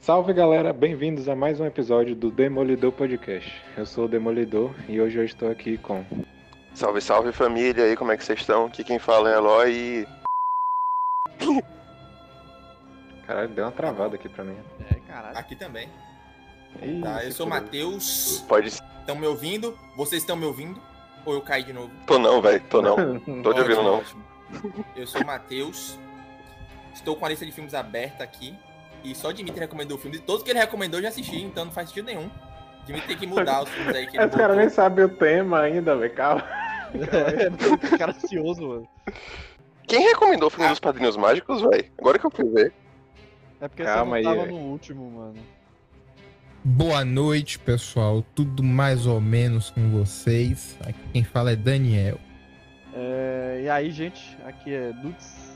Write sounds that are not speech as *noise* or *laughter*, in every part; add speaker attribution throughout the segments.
Speaker 1: Salve galera, bem-vindos a mais um episódio do Demolidor Podcast. Eu sou o Demolidor e hoje eu estou aqui com.
Speaker 2: Salve, salve família aí, como é que vocês estão? Aqui quem fala é Eloy e.
Speaker 1: Caralho, deu uma travada aqui pra mim.
Speaker 3: É, *laughs* caralho.
Speaker 4: Aqui também.
Speaker 1: Ih,
Speaker 4: Tá, eu
Speaker 1: se
Speaker 4: sou
Speaker 1: fudeu.
Speaker 4: o Matheus.
Speaker 2: Pode ser.
Speaker 4: Estão me ouvindo? Vocês estão me ouvindo? Ou eu caí de novo?
Speaker 2: Tô não, velho, tô
Speaker 4: *laughs*
Speaker 2: não. Tô te
Speaker 4: Ótimo,
Speaker 2: ouvindo não.
Speaker 4: ótimo. Eu sou o Matheus. Estou com a lista de filmes aberta aqui. E só o Dimitri recomendou o filme. De todos que ele recomendou eu já assisti, então não faz sentido nenhum. Dimitri tem que mudar os filmes aí que
Speaker 1: *laughs*
Speaker 4: ele
Speaker 1: Esse cara
Speaker 4: botou.
Speaker 1: nem sabe o tema ainda, velho. Calma.
Speaker 3: É, cara ansioso, mano.
Speaker 2: Quem recomendou o filme dos Padrinhos Mágicos, velho? Agora que eu fui ver.
Speaker 3: É porque
Speaker 1: Calma
Speaker 3: você
Speaker 1: aí,
Speaker 3: não tava
Speaker 1: velho.
Speaker 3: no último, mano.
Speaker 5: Boa noite, pessoal. Tudo mais ou menos com vocês. Aqui quem fala é Daniel.
Speaker 3: É, e aí, gente, aqui é Dudes.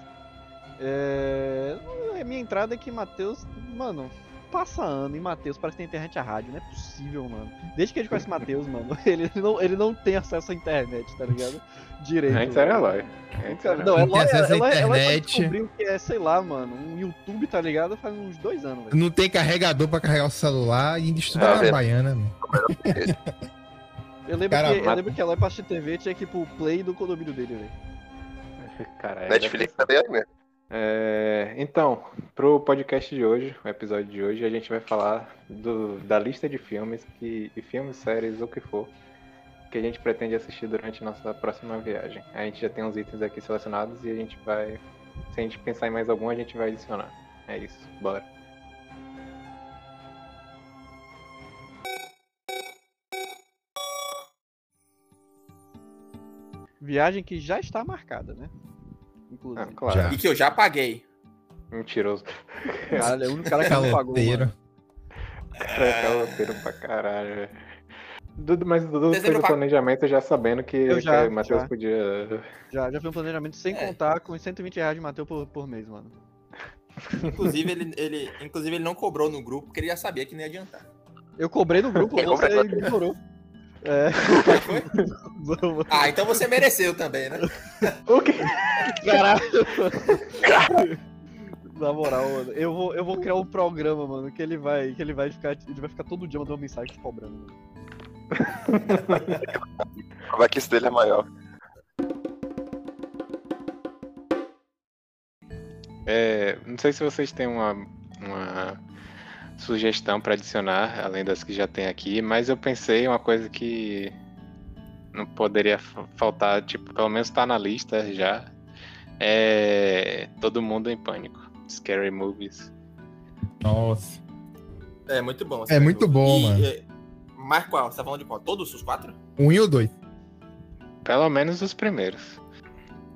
Speaker 3: É, a minha entrada é que Matheus, mano, passa ano e Matheus parece que tem internet a rádio, não é possível, mano. Desde que a gente
Speaker 1: *laughs*
Speaker 3: conhece Matheus, mano, ele não, ele não tem acesso à internet, tá ligado? Direito.
Speaker 1: Antes era Eloy. Antes era
Speaker 3: Não,
Speaker 1: Eloy.
Speaker 3: é. ela,
Speaker 5: Não tem
Speaker 3: ela,
Speaker 5: acesso à
Speaker 3: ela, ela só
Speaker 5: internet.
Speaker 3: descobriu que é, sei lá, mano, um YouTube, tá ligado? Faz uns dois anos, velho.
Speaker 5: Não tem carregador pra carregar o celular e estudar
Speaker 2: Ah,
Speaker 5: na
Speaker 2: velho.
Speaker 5: baiana, né? mano.
Speaker 3: Eu lembro,
Speaker 5: Cara,
Speaker 3: que, eu
Speaker 5: mata.
Speaker 3: lembro que ela pra assistir TV tinha que ir pro play do condomínio dele, velho.
Speaker 2: é
Speaker 4: É
Speaker 1: Caralho.
Speaker 2: Netflix cadê aí, né?
Speaker 1: É, então, pro podcast de hoje, o episódio de hoje, a gente vai falar do- da lista de filmes que, e filmes, séries, o que for, que a gente pretende assistir durante nossa próxima viagem. A gente já tem uns itens aqui selecionados e a gente vai. Se a gente pensar em mais algum, a gente vai adicionar. É isso, bora.
Speaker 3: Viagem que já está marcada, né?
Speaker 1: Ah,
Speaker 3: Inclusive.
Speaker 1: claro.
Speaker 5: Já.
Speaker 4: E que eu já paguei.
Speaker 1: Mentiroso.
Speaker 3: Caralho, é o único cara que não pagou.
Speaker 5: Caloteiro.
Speaker 3: mano.
Speaker 1: *laughs* É caloteiro pra caralho, velho. Dudu, mas Dudu
Speaker 4: Dezembro
Speaker 1: fez o
Speaker 4: pa-
Speaker 1: planejamento já sabendo que,
Speaker 3: Eu
Speaker 1: que
Speaker 3: já,
Speaker 1: o Matheus
Speaker 3: já.
Speaker 1: podia.
Speaker 3: Já, já foi um planejamento sem
Speaker 4: É.
Speaker 3: contar com 120 reais de Matheus por, por mês, mano.
Speaker 4: Inclusive ele, ele, inclusive, ele não cobrou no grupo, porque ele já sabia que não ia adiantar.
Speaker 3: Eu cobrei no grupo,
Speaker 2: Eu
Speaker 3: você
Speaker 2: cobrei.
Speaker 3: ignorou. É. *laughs*
Speaker 4: Foi?
Speaker 3: Não, mano.
Speaker 4: Ah, então você mereceu também, né?
Speaker 1: O quê?
Speaker 3: Caralho, mano. *laughs* Na moral, mano, eu vou, eu vou criar um programa, mano, que ele vai, que ele vai ficar, ele vai ficar todo dia mandando uma mensagem te cobrando. mano.
Speaker 2: A vaquice dele é maior.
Speaker 1: É, não sei se vocês têm uma, uma sugestão para adicionar, além das que já tem aqui, mas eu pensei uma coisa que não poderia fa- faltar, tipo, pelo menos tá na lista já. É Todo Mundo em Pânico. Scary Movies.
Speaker 5: Nossa.
Speaker 4: É muito bom.
Speaker 5: É muito bom, mano.
Speaker 4: É... Mas qual? Você tá falando de qual? Todos os quatro?
Speaker 5: Um e o dois.
Speaker 1: Pelo menos os primeiros.
Speaker 4: ser,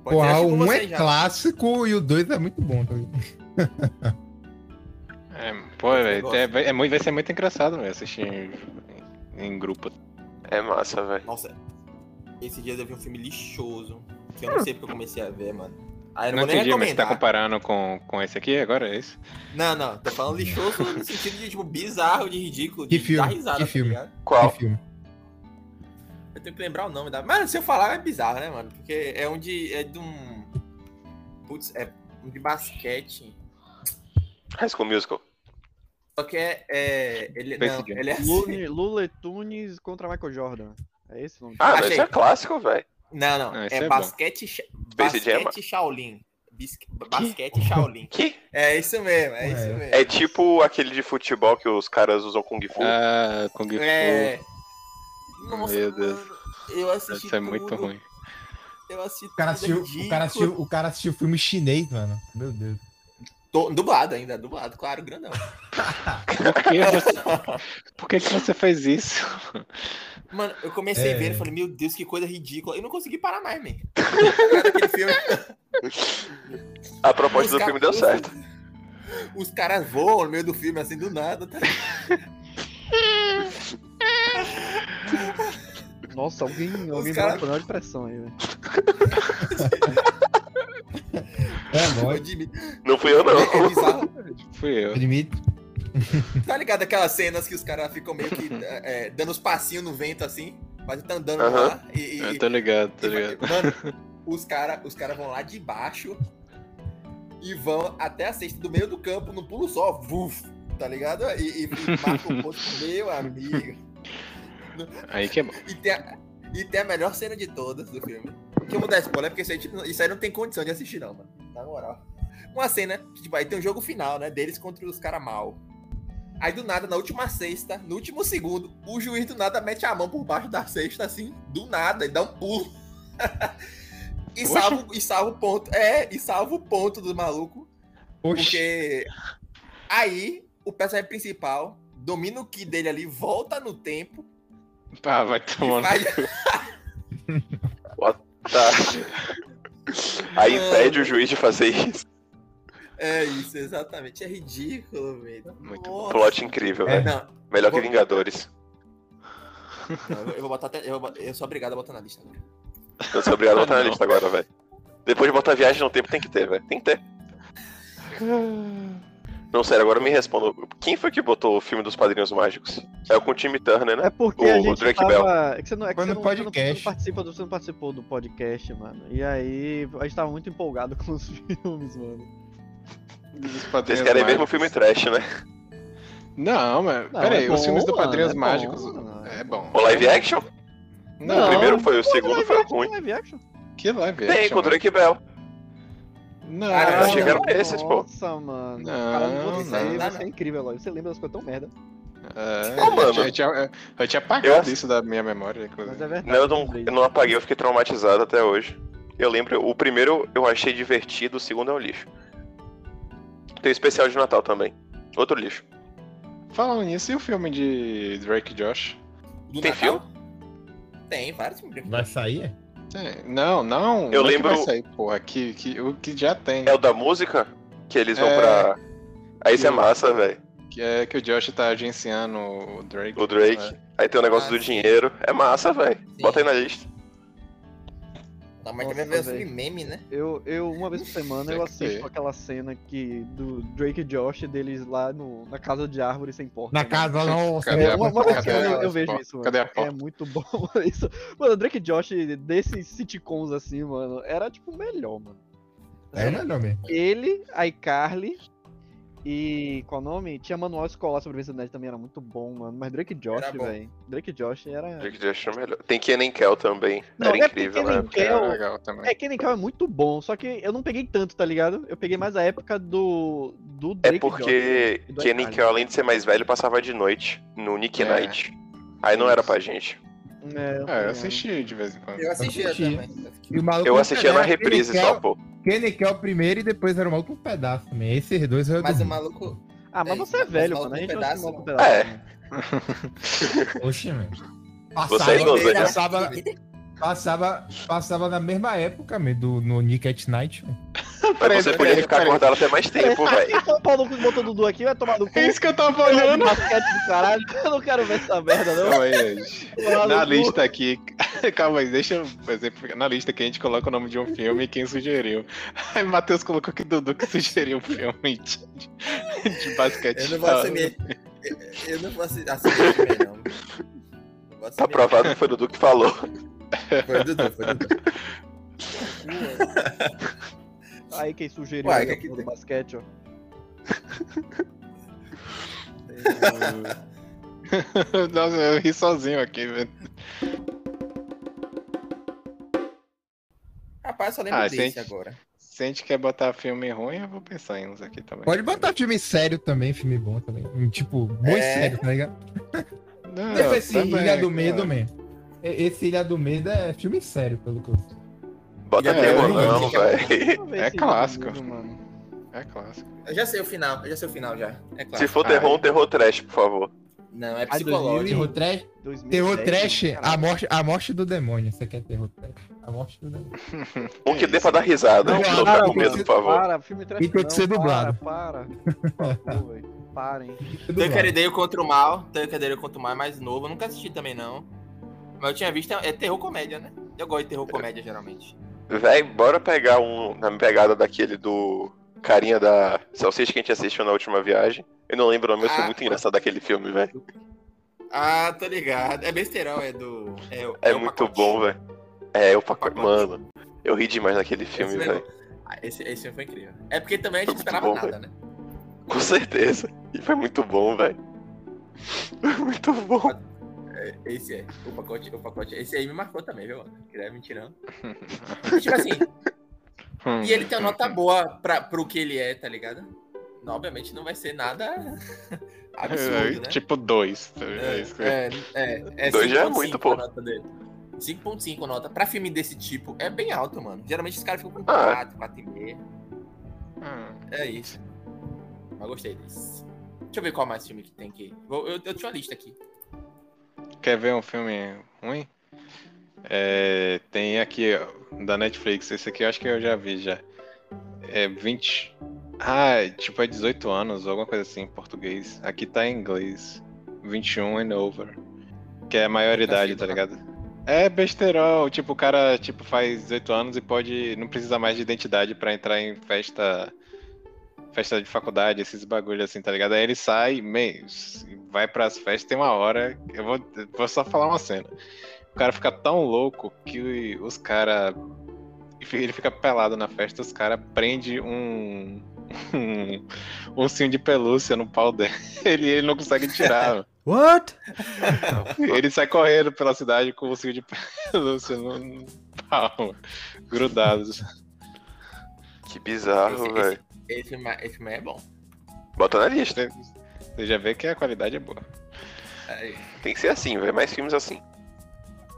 Speaker 5: Porra,
Speaker 4: acho que com
Speaker 5: um
Speaker 4: você
Speaker 5: é
Speaker 4: já.
Speaker 5: clássico e o dois é muito bom. Tá ligado?
Speaker 1: É, pô,
Speaker 4: Esse
Speaker 1: velho,
Speaker 4: negócio.
Speaker 1: é, vai- é muito- vai ser muito engraçado velho, assistir em, em grupo.
Speaker 2: É massa, velho.
Speaker 4: Nossa, esses dias eu vi um filme lixoso, que eu não sei porque eu comecei a ver, mano. Aí eu não,
Speaker 1: Não
Speaker 4: vou nem
Speaker 1: entendi, mas você tá comparando
Speaker 4: recomendar.
Speaker 1: com, com esse aqui agora, é isso?
Speaker 4: Não, não, tô falando lixoso no sentido de, tipo, bizarro, de ridículo, de
Speaker 5: Que filme?
Speaker 4: dar risada,
Speaker 5: Que filme?
Speaker 4: tá ligado?
Speaker 2: Qual?
Speaker 5: Que filme.
Speaker 4: Eu tenho que lembrar o nome da... Mano, se eu falar é bizarro, né, mano? Porque é um de... é de um... Putz, é um de basquete.
Speaker 2: High School Musical.
Speaker 4: Só que é... é- ele,
Speaker 1: Space
Speaker 4: não,
Speaker 1: Jam.
Speaker 4: ele é assim...
Speaker 3: Lune- Lula Tunes contra Michael Jordan. É esse o nome?
Speaker 2: Ah, mas
Speaker 4: Achei.
Speaker 2: isso é clássico, velho.
Speaker 4: Não, não,
Speaker 1: Ah,
Speaker 4: é,
Speaker 1: esse é bom. é
Speaker 4: basquete... cha-
Speaker 2: Space Jam?
Speaker 4: Basquete Shaolin. Bisque- Basquete Shaolin.
Speaker 2: Que?
Speaker 4: É isso mesmo, é isso
Speaker 5: *laughs* É.
Speaker 4: mesmo.
Speaker 2: É tipo aquele de futebol que os caras usam Kung Fu.
Speaker 1: Ah, Kung Fu.
Speaker 4: É. Nossa,
Speaker 1: Meu Deus.
Speaker 4: mano, eu assisti
Speaker 1: Isso é muito
Speaker 4: tudo,
Speaker 1: ruim.
Speaker 4: Eu assisti
Speaker 5: O cara
Speaker 4: tudo, é
Speaker 5: assistiu, o
Speaker 4: ridículo.
Speaker 5: cara assistiu, o cara assistiu filme chinês, mano. Meu Deus.
Speaker 4: Tô- dublado ainda, dublado, claro, grandão.
Speaker 1: Por
Speaker 2: *laughs*
Speaker 1: que você, por que que você fez isso? *laughs*
Speaker 4: Mano, eu comecei
Speaker 5: É.
Speaker 4: a ver e falei, meu Deus, que coisa ridícula. Eu não consegui parar
Speaker 1: *laughs*
Speaker 4: mais, man. Cara, daquele filme,
Speaker 2: A proposta do
Speaker 4: os
Speaker 2: filme
Speaker 4: ca-
Speaker 2: deu certo.
Speaker 4: Os caras voam no meio do filme, assim, do nada. Tá...
Speaker 3: Nossa, alguém, alguém deu
Speaker 4: cara-
Speaker 3: uma panela de pressão aí, velho.
Speaker 5: É
Speaker 4: Eu
Speaker 5: lógico.
Speaker 4: admito.
Speaker 2: Não fui eu,
Speaker 4: *laughs*
Speaker 2: não.
Speaker 4: É, é bizarro.
Speaker 1: Fui eu.
Speaker 5: Admito.
Speaker 4: Tá ligado aquelas cenas que os caras ficam
Speaker 1: *laughs*
Speaker 4: meio que é, é, dando os passinhos no vento, assim, mas tá andando
Speaker 2: Aham.
Speaker 4: lá e... e-
Speaker 1: Eu tô ligado, tô
Speaker 4: E vai-
Speaker 1: ligado. *laughs*
Speaker 4: Mano, os caras os cara vão lá de baixo e vão até a cesta do meio do campo, no pulo só. Vuf, tá ligado? E, e, e Marco Polo, meu amigo.
Speaker 1: Aí que é bom.
Speaker 4: E tem, a, e tem a melhor cena de todas do filme. Que eu vou dar spoiler, porque isso aí, tipo, isso aí não tem condição de assistir, não, mano. Na moral. Uma cena, que, tipo, aí tem um jogo final, né? Deles contra os caras mal. Aí do nada, na última sexta, no último segundo, o juiz do nada mete a mão por baixo da cesta, assim, do nada, e dá um pulo. *laughs* e,
Speaker 1: Poxa.
Speaker 4: salva, o- e salva o ponto. É, e salva o ponto do maluco.
Speaker 5: Oxi,
Speaker 4: Porque aí o personagem principal domina o ki dele ali, volta no tempo
Speaker 1: Tá, vai
Speaker 4: e
Speaker 1: tomando.
Speaker 4: faz.
Speaker 2: Tá. Aí impede o juiz de fazer isso.
Speaker 4: É isso, exatamente. É ridículo, velho.
Speaker 1: Muito
Speaker 4: Nossa.
Speaker 2: Plot né? incrível,
Speaker 5: É.
Speaker 2: velho.
Speaker 4: Não,
Speaker 2: Melhor que
Speaker 4: Vou-
Speaker 2: Vingadores.
Speaker 4: não, eu- eu vou botar até. Eu, vou- eu sou obrigado a botar na lista agora.
Speaker 2: Então sou obrigado a botar na
Speaker 1: Não.
Speaker 2: lista agora, velho. Depois de botar viagem no tempo, tem que ter, velho. Tem que ter. Não, sério, agora me responda. Quem foi que botou o filme dos Padrinhos Mágicos? É o com o Timmy Turner, né?
Speaker 3: É porque
Speaker 2: O
Speaker 3: a gente
Speaker 2: Drake
Speaker 3: tava...
Speaker 2: Bell.
Speaker 3: É que você não, é que
Speaker 5: Foi
Speaker 3: você
Speaker 5: no
Speaker 3: não, você não- Você
Speaker 5: podcast.
Speaker 3: não, participa do- você não participou do podcast, mano. E aí, a gente tava muito empolgado *laughs* com os filmes, mano.
Speaker 1: um Dos
Speaker 2: Vocês
Speaker 1: Padrinhos
Speaker 2: querem é mesmo o
Speaker 1: Mágicos.
Speaker 2: filme trash, né?
Speaker 1: Não, mas.
Speaker 3: Não,
Speaker 1: Peraí,
Speaker 3: é
Speaker 1: os
Speaker 3: bom,
Speaker 1: filmes do
Speaker 3: mano,
Speaker 1: Padrinhos
Speaker 3: é bom,
Speaker 1: Mágicos.
Speaker 3: mano.
Speaker 1: É bom.
Speaker 2: O live action?
Speaker 1: Não,
Speaker 2: o
Speaker 3: Não.
Speaker 2: primeiro foi, o segundo
Speaker 3: Live
Speaker 2: foi
Speaker 3: action,
Speaker 2: ruim.
Speaker 3: live action.
Speaker 1: Que live action?
Speaker 2: Tem, com o
Speaker 1: mano?
Speaker 2: Drake Bell.
Speaker 1: Não,
Speaker 4: Ah, eu achei que era-
Speaker 1: não.
Speaker 2: É, esses, pô.
Speaker 3: Nossa, mano.
Speaker 1: Não,
Speaker 3: Caralho, você,
Speaker 1: não,
Speaker 3: você
Speaker 4: não.
Speaker 3: é incrível, Eloy. Você lembra das coisas tão merda.
Speaker 1: É,
Speaker 2: Não,
Speaker 1: eu,
Speaker 2: mano.
Speaker 1: tinha, eu, tinha, eu tinha apagado
Speaker 2: Eu-
Speaker 1: isso da minha memória,
Speaker 3: Mas
Speaker 1: inclusive.
Speaker 3: é verdade.
Speaker 2: Não, eu não,
Speaker 3: lembrei.
Speaker 2: eu não apaguei, eu fiquei traumatizado até hoje. Eu lembro, o primeiro eu achei divertido, o segundo é um lixo. Tem o especial de Natal também. Outro lixo.
Speaker 3: é-
Speaker 1: Falando nisso, e o filme de Drake e Josh?
Speaker 4: Do
Speaker 2: Tem
Speaker 4: Natal? Tem, vários filmes.
Speaker 5: vai sair?
Speaker 1: É, Não, não. não
Speaker 2: Eu
Speaker 1: que
Speaker 2: lembro-
Speaker 1: Vai sair, porra, que, que, o que já tem.
Speaker 2: É o da música? Que eles vão
Speaker 1: É.
Speaker 2: pra. Aí isso é massa, velho.
Speaker 1: Que é que o Josh tá agenciando o Drake.
Speaker 2: O Drake.
Speaker 1: né?
Speaker 2: Aí tem o negócio do
Speaker 4: Massa.
Speaker 2: dinheiro. É massa, velho.
Speaker 4: Sim.
Speaker 2: Bota aí na lista.
Speaker 4: Não, mas também é
Speaker 3: Nossa,
Speaker 4: meio
Speaker 3: velho.
Speaker 4: filme meme, né?
Speaker 3: Eu, eu, uma vez por semana, eu
Speaker 1: Tem que ter.
Speaker 3: assisto aquela cena que do Drake e Josh deles lá no, na casa de árvore sem porta. né?
Speaker 5: Na
Speaker 3: mano.
Speaker 5: casa, nossa.
Speaker 1: Cadê
Speaker 3: É,
Speaker 1: a
Speaker 3: uma, uma
Speaker 1: porta?
Speaker 3: vez por
Speaker 1: Cadê
Speaker 3: semana eu,
Speaker 1: a
Speaker 3: eu vejo
Speaker 1: porta?
Speaker 3: isso, mano.
Speaker 1: Cadê a porta?
Speaker 3: É muito *laughs* bom isso. Mano, o Drake e Josh desses sitcoms assim, mano, era tipo o melhor, mano.
Speaker 5: É melhor mesmo.
Speaker 3: Ele, a iCarly e. Qual o nome? Tinha manual escolar sobre velocidade também, era muito bom, mano. Mas Drake e Josh,
Speaker 4: Era bom.
Speaker 3: velho. Drake e Josh era.
Speaker 2: Drake Josh é melhor. Tem Kenan Kel também.
Speaker 3: Não,
Speaker 2: Era
Speaker 3: não é
Speaker 2: incrível,
Speaker 3: porque
Speaker 2: né?
Speaker 3: Kenan
Speaker 1: Que era
Speaker 3: Eu-
Speaker 1: legal também.
Speaker 3: É, Kenny Cal é muito bom, só que eu não peguei tanto, tá ligado? Eu peguei mais a época do. do Drake
Speaker 2: É
Speaker 3: e Josh.
Speaker 2: porque
Speaker 3: e do
Speaker 2: Kenan
Speaker 3: iCarly.
Speaker 2: Kel, além de ser mais velho, passava de noite no Nick
Speaker 1: É.
Speaker 2: Knight. Aí não era pra gente.
Speaker 3: É,
Speaker 1: É, eu
Speaker 3: é.
Speaker 1: assisti de vez em quando.
Speaker 4: Eu assisti
Speaker 5: Eu assisti.
Speaker 4: também.
Speaker 5: E o maluco
Speaker 2: Eu assistia na
Speaker 5: era
Speaker 2: reprise
Speaker 5: Kenny
Speaker 2: só,
Speaker 5: Kel-
Speaker 2: pô.
Speaker 5: Kenny Kel primeiro e depois era um outro pedaço também. Esses dois eu
Speaker 4: Mas o
Speaker 5: dormi.
Speaker 4: um maluco.
Speaker 3: Ah, mas
Speaker 4: É,
Speaker 3: você é
Speaker 4: mas
Speaker 3: velho,
Speaker 4: mal
Speaker 3: mano. A
Speaker 4: com
Speaker 3: gente não
Speaker 4: pedaço,
Speaker 3: mal com
Speaker 4: não.
Speaker 3: pedaço,
Speaker 2: É.
Speaker 3: mano.
Speaker 5: Oxi, mano.
Speaker 2: Você é idoso, né?
Speaker 5: passava, passava, passava na mesma época, mesmo, do, no Nick at Night. mano.
Speaker 1: Peraí,
Speaker 2: Mas você
Speaker 1: peraí,
Speaker 2: podia ficar
Speaker 1: peraí.
Speaker 2: acordado até mais tempo, velho.
Speaker 3: Quem foi Então o pau no cu que botou Dudu aqui vai tomar no cu.
Speaker 1: É isso que eu tava
Speaker 3: Porra de
Speaker 1: olhando.
Speaker 3: basquete do caralho. Eu não quero ver essa merda, não.
Speaker 1: Calma aí, gente.
Speaker 3: Tomar no
Speaker 1: Na
Speaker 3: cu.
Speaker 1: lista aqui, *laughs* calma aí, deixa eu exemplificar. Na lista aqui a gente coloca o nome de um filme e quem sugeriu. *laughs* Aí o Matheus colocou que Dudu que sugeriu um filme de, de basquete.
Speaker 4: Eu não vou assumir. eu- Eu não vou assi- assumir esse filme, não. Não vou
Speaker 2: Tá
Speaker 4: assumir.
Speaker 2: provado que foi o Dudu que falou.
Speaker 4: Foi o Dudu, foi o Dudu.
Speaker 3: Aí quem sugeriu
Speaker 4: Ué,
Speaker 3: aí,
Speaker 4: que
Speaker 3: a
Speaker 4: que
Speaker 3: porra do
Speaker 4: tem?
Speaker 1: *laughs*
Speaker 3: basquete, ó.
Speaker 1: *laughs* É Nossa, eu ri sozinho aqui, velho.
Speaker 4: Rapaz, só lembro
Speaker 1: Ah,
Speaker 4: desse
Speaker 1: gente.
Speaker 4: agora.
Speaker 1: Se a gente quer botar filme ruim, eu vou pensar em uns aqui também.
Speaker 5: Pode botar filme sério também, filme bom também. Hum, Tipo, bom e
Speaker 4: É.
Speaker 5: sério, tá ligado?
Speaker 1: Não,
Speaker 5: Tipo, esse
Speaker 1: também,
Speaker 5: Ilha do
Speaker 1: cara.
Speaker 5: Medo mesmo. E- Esse Ilha do Medo é filme sério, pelo que eu sei.
Speaker 2: Bota
Speaker 1: É,
Speaker 2: Diego não,
Speaker 4: não,
Speaker 2: velho.
Speaker 3: Vamos ver
Speaker 1: É
Speaker 3: esse jogo
Speaker 1: clássico.
Speaker 3: mesmo, mano.
Speaker 1: É clássico.
Speaker 4: Eu já sei o final, eu já sei o final já. É claro.
Speaker 2: Se for terror,
Speaker 1: Ai.
Speaker 2: um terror trash, por favor.
Speaker 4: Não, é
Speaker 3: Ah,
Speaker 4: psicológico.
Speaker 3: 2000
Speaker 5: Terror trash,
Speaker 3: 2010,
Speaker 5: terror trash
Speaker 3: mano,
Speaker 5: a,
Speaker 3: caralho.
Speaker 5: morte, a morte do demônio. Você quer terror trash? A morte do demônio.
Speaker 2: Um que
Speaker 1: isso?
Speaker 2: dê pra dar risada.
Speaker 5: Não,
Speaker 2: Um que não
Speaker 5: para,
Speaker 2: tá com medo,
Speaker 5: mano.
Speaker 2: por favor.
Speaker 3: Para, filme trash
Speaker 5: E tem que
Speaker 3: não,
Speaker 5: ser dublado.
Speaker 3: Para, para. Por favor, velho. Parem.
Speaker 4: Tanker Dale contra o Mal. Tanker Dale contra o Mal é mais novo. Eu nunca assisti também, não. Mas eu tinha visto. É terror comédia, né? Eu gosto de terror comédia, geralmente.
Speaker 2: Véi, bora pegar um na pegada daquele do carinha da salsicha que a gente assistiu na última viagem. Eu não lembro o nome, mas foi
Speaker 4: Ah.
Speaker 2: muito engraçado daquele filme, velho.
Speaker 4: Ah, tô ligado. É besteirão, é do. É,
Speaker 2: É
Speaker 4: o
Speaker 2: muito
Speaker 4: pacote. um
Speaker 2: bom, velho. É, o pacote.
Speaker 4: Pacote.
Speaker 2: Mano, eu ri demais naquele filme,
Speaker 4: Esse
Speaker 2: velho.
Speaker 4: negócio- Ah, Esse, esse filme foi incrível. É porque também a
Speaker 2: Foi
Speaker 4: gente
Speaker 2: muito
Speaker 4: não esperava
Speaker 2: bom,
Speaker 4: nada, né?
Speaker 2: Com certeza. E foi muito bom, velho. Foi muito bom.
Speaker 4: Esse é. O pacote, o pacote. Esse aí me marcou também, viu, mano? Que não é mentirão. tipo assim,
Speaker 6: Hum.
Speaker 4: e ele tem uma nota boa pra, pro que ele é, tá ligado? Não, obviamente não vai ser nada *laughs* absurdo, né?
Speaker 1: É, Tipo dois. tá ligado? É isso que eu-
Speaker 4: É, é, é,
Speaker 2: Dois já é
Speaker 4: 5.5
Speaker 2: muito, pô.
Speaker 4: a nota dele. 5.5 a nota. Pra filme desse tipo, é bem alto, mano. Geralmente os caras ficam com
Speaker 2: Ah, é.
Speaker 4: 4, 4,5.
Speaker 6: Hum.
Speaker 4: É isso. Mas gostei desse. Deixa eu ver qual mais filme que tem aqui. Vou- Eu, eu tinha uma lista aqui.
Speaker 1: Quer ver um filme ruim? É, tem aqui, ó, da Netflix. Esse aqui eu acho que eu já vi já. É 20. Ah, é, tipo, é 18 anos, alguma coisa assim em português. Aqui tá em inglês. 21 and over. Que é a maioridade, tá ligado? É besterol, tipo, o cara tipo, faz 18 anos e pode. não precisa mais de identidade pra entrar em festa. Festa de faculdade, esses bagulho assim, tá ligado? Aí ele sai, meio, vai pras festas, tem uma hora. Eu vou, vou só falar uma cena. O cara fica tão louco que os cara Ele fica pelado na festa, os cara prende um. um ursinho de pelúcia no pau dele. *laughs* Ele, ele não consegue tirar. mano.
Speaker 7: What?
Speaker 1: Ele sai correndo pela cidade com o ursinho de pelúcia no, no pau, grudados.
Speaker 2: Que bizarro,
Speaker 4: Esse-
Speaker 2: velho.
Speaker 4: esse, esse, filme- esse filme é bom.
Speaker 2: Bota na lista.
Speaker 1: Você você já vê que a qualidade é boa.
Speaker 4: É,
Speaker 2: Tem que ser assim, velho. Mais filmes assim.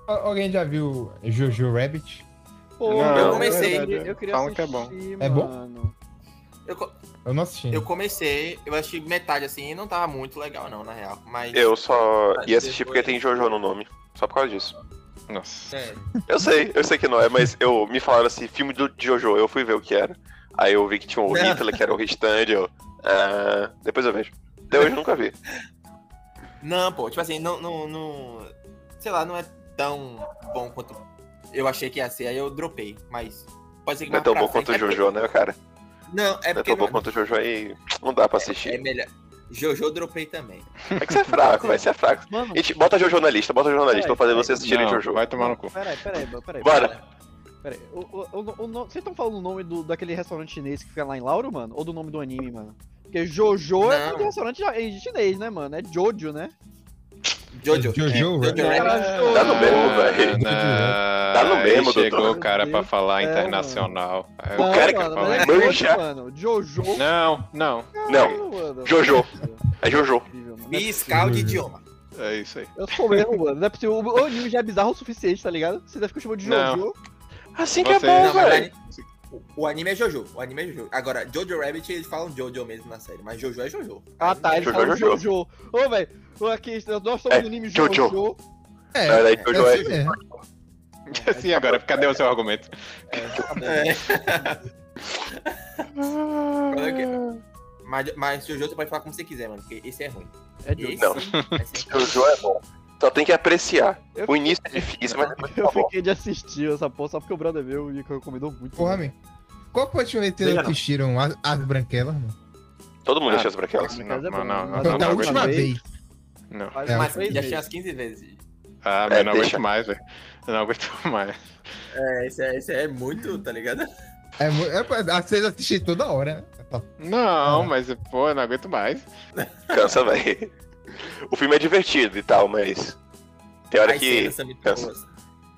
Speaker 5: Al- Alguém já viu Jojo Rabbit?
Speaker 3: Pô,
Speaker 1: Não, é
Speaker 4: eu comecei.
Speaker 3: Eu, eu queria
Speaker 1: Falam
Speaker 3: assistir,
Speaker 1: que é bom.
Speaker 5: É bom?
Speaker 3: mano.
Speaker 4: eu, co-
Speaker 5: Eu não assisti.
Speaker 4: eu comecei, eu achei metade assim e não tava muito legal, não, na real. Mas.
Speaker 2: Eu só
Speaker 4: Mas
Speaker 2: ia assistir
Speaker 4: depois-
Speaker 2: porque tem Jojo no nome. Só por causa disso.
Speaker 1: Nossa.
Speaker 4: É,
Speaker 2: Eu sei, eu sei que não é, mas eu me falaram assim, filme do de Jojo, eu fui ver o que era. Aí eu vi que tinha o
Speaker 4: Não.
Speaker 2: Hitler, que era o Ristand, eu. Ah, depois eu vejo. Até hoje eu nunca vi.
Speaker 4: Não, pô, tipo assim, não, não, não. Sei lá, não é tão bom quanto eu achei que ia ser, aí eu dropei. Mas pode ser que
Speaker 2: Não é
Speaker 4: mais
Speaker 2: tão
Speaker 4: pra
Speaker 2: bom
Speaker 4: frente-
Speaker 2: quanto o
Speaker 4: é porque-
Speaker 2: Jojo, né, cara?
Speaker 4: Não, é
Speaker 2: Não é
Speaker 4: porque.
Speaker 2: tão bom
Speaker 4: não-
Speaker 2: quanto o Jojo aí. Não dá pra
Speaker 4: É
Speaker 2: assistir.
Speaker 4: melhor. Jojo eu dropei também.
Speaker 2: É que você é fraco, vai, você é fraco.
Speaker 3: Mano,
Speaker 2: Gente, bota Jojo na lista, bota Jojo na lista, vou fazer vocês assistirem
Speaker 1: Não,
Speaker 2: Jojo.
Speaker 1: vai tomar no cu.
Speaker 3: peraí, peraí, mano, peraí.
Speaker 2: Bora.
Speaker 3: Peraí. O, o, o, o, no- vocês estão falando o nome do, daquele restaurante chinês que fica lá em Lauro, mano? Ou do nome do anime, mano? Porque Jojo é
Speaker 4: Não.
Speaker 3: um restaurante em chinês, né, mano? É Jojo, né?
Speaker 4: Jojo. é,
Speaker 5: Jojo
Speaker 4: Jojo
Speaker 5: é Rabbit.
Speaker 4: Rabbit.
Speaker 2: Tá no mesmo, velho. Tá no mesmo,
Speaker 1: Doutor. Ah, Chegou
Speaker 2: Dudu.
Speaker 1: o cara pra falar
Speaker 3: É, mano.
Speaker 1: internacional. Aí
Speaker 2: O cara que
Speaker 3: mano,
Speaker 1: fala-
Speaker 3: mas é
Speaker 2: manja.
Speaker 3: Jojo, mano. Jojo.
Speaker 1: Não, não.
Speaker 2: Não,
Speaker 3: caralho, mano.
Speaker 2: Jojo. é Jojo.
Speaker 3: Incrível, mano.
Speaker 4: Fiscal de idioma.
Speaker 1: É isso aí.
Speaker 3: Eu sou mesmo, mano. Não é possível. O anime já é bizarro o suficiente, tá ligado? Você ainda fica chamando de
Speaker 1: Não.
Speaker 3: Jojo.
Speaker 2: Assim que
Speaker 1: Você-
Speaker 2: é bom,
Speaker 4: Não, mas
Speaker 2: velho.
Speaker 4: ali- o- o anime é Jojo. O anime é Jojo. Agora, Jojo Rabbit, eles falam Jojo mesmo na série, mas Jojo é Jojo.
Speaker 3: Ah, tá. Ele
Speaker 2: Jojo,
Speaker 3: fala
Speaker 2: Jojo.
Speaker 3: Jojo. Ô, velho. ô, Aqui, nós somos
Speaker 2: É,
Speaker 3: do anime
Speaker 2: Jojo.
Speaker 3: Jojo.
Speaker 5: É,
Speaker 2: Na verdade,
Speaker 5: é
Speaker 2: Jojo é.
Speaker 5: assim mesmo.
Speaker 1: Assim agora, cadê o seu argumento?
Speaker 4: É. Qual é que é? Mas, mas Jojo você pode falar como você quiser, mano, porque esse é ruim.
Speaker 3: É Jojo.
Speaker 4: Esse,
Speaker 2: Não.
Speaker 4: esse é
Speaker 2: Jojo é bom. Só tem que apreciar.
Speaker 3: Eu-
Speaker 2: O início é difícil, mas depois
Speaker 3: Eu
Speaker 2: tá bom.
Speaker 3: fiquei de assistir essa porra só porque o brother meu me recomendou muito.
Speaker 5: Porra, amigo. Qual foi a última vez que
Speaker 4: Veja
Speaker 5: vocês
Speaker 4: não.
Speaker 5: assistiram As, As Branquelas, mano?
Speaker 2: Todo mundo
Speaker 1: Ah,
Speaker 2: deixa as branquelas.
Speaker 1: Não,
Speaker 3: Mas é
Speaker 1: não,
Speaker 3: bom,
Speaker 1: não,
Speaker 3: né?
Speaker 1: não,
Speaker 3: Mas
Speaker 5: Da,
Speaker 1: não,
Speaker 5: da
Speaker 1: não,
Speaker 5: última
Speaker 1: não.
Speaker 3: vez.
Speaker 5: vez.
Speaker 1: Não.
Speaker 3: Faz
Speaker 5: *laughs* É,
Speaker 3: umas
Speaker 4: Mas
Speaker 3: três
Speaker 4: já
Speaker 3: vezes.
Speaker 4: achei umas 15 vezes.
Speaker 1: Ah, mas
Speaker 2: É,
Speaker 1: não
Speaker 2: deixa.
Speaker 1: aguento mais, velho. Eu não aguento *laughs* mais.
Speaker 4: É, esse é, esse é muito, tá
Speaker 2: *laughs*
Speaker 4: ligado?
Speaker 5: É, mu- é, pra- vocês assistem toda hora, né? Essa
Speaker 1: Não,
Speaker 5: Ah.
Speaker 1: mas, pô, eu não aguento mais.
Speaker 2: Cansa, velho. O filme é divertido e tal, mas. Tem hora
Speaker 4: As
Speaker 2: que.
Speaker 4: cenas são muito
Speaker 2: cansa.
Speaker 4: boas.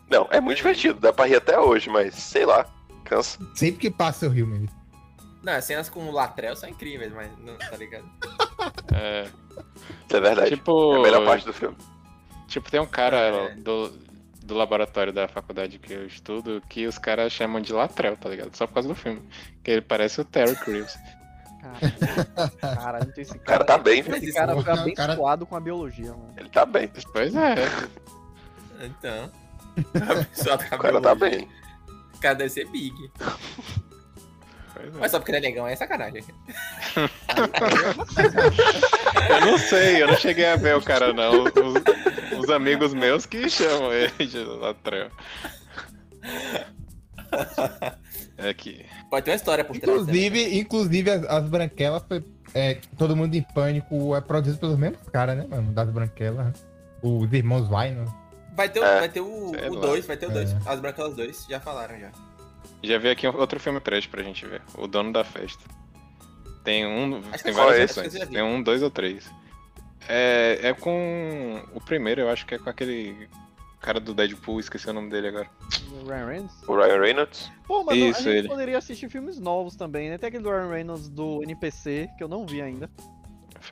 Speaker 2: Não, é muito divertido, dá pra rir até hoje, mas sei lá. Cansa.
Speaker 5: Sempre que passa eu rio, meu amigo.
Speaker 4: Não, as cenas com o Latrell são incríveis, mas não, tá ligado?
Speaker 1: É,
Speaker 2: Isso é verdade.
Speaker 1: tipo,
Speaker 2: É a melhor parte do filme.
Speaker 1: tipo, tem um cara
Speaker 4: É.
Speaker 1: do, do laboratório da faculdade que eu estudo que os caras chamam de Latrell, tá ligado? Só por causa do filme. Que ele parece o Terry Crews.
Speaker 3: Caralho, então esse
Speaker 2: O cara
Speaker 3: cara.
Speaker 2: tá bem, velho.
Speaker 3: Esse cara foi
Speaker 5: Não, o cara-
Speaker 3: abençoado com a biologia, mano.
Speaker 2: Ele tá bem.
Speaker 1: Pois é.
Speaker 2: *laughs*
Speaker 4: Então. A pessoa tá
Speaker 2: O cara tá bem.
Speaker 4: O cara deve ser big.
Speaker 1: Pois é.
Speaker 4: Mas só porque ele é negão, é sacanagem.
Speaker 1: Eu não sei, eu não cheguei a ver o cara, não. Os, os- os amigos meus que chamam ele de Latrell. É que.
Speaker 4: Pode ter uma história por trás. né?
Speaker 5: Inclusive, inclusive as, As Branquelas foi. é, Todo Mundo em Pânico é produzido pelos mesmos caras, né, mano? Das Branquelas. Os irmãos Weiners.
Speaker 4: também. Vai ter, o-
Speaker 2: É.
Speaker 4: vai ter o
Speaker 1: Sei lá.
Speaker 4: 2, vai ter o 2.
Speaker 5: É.
Speaker 4: As Branquelas 2, já falaram já.
Speaker 1: Já vi aqui outro filme trash pra gente ver. O dono da festa. Tem um.
Speaker 4: Acho que
Speaker 1: tem
Speaker 4: eu
Speaker 1: várias
Speaker 2: já vi,
Speaker 4: acho que eu
Speaker 1: versões.
Speaker 4: já vi.
Speaker 1: Tem um, dois ou três. É, é com. O primeiro, eu acho que é com aquele cara do Deadpool, esqueci o nome dele agora.
Speaker 3: Ryan Reynolds?
Speaker 2: O Ryan Reynolds?
Speaker 3: Pô, mano,
Speaker 1: Isso,
Speaker 3: a gente
Speaker 1: ele.
Speaker 3: poderia assistir filmes novos também, né? Tem aquele do Ryan Reynolds do NPC, que eu não vi ainda.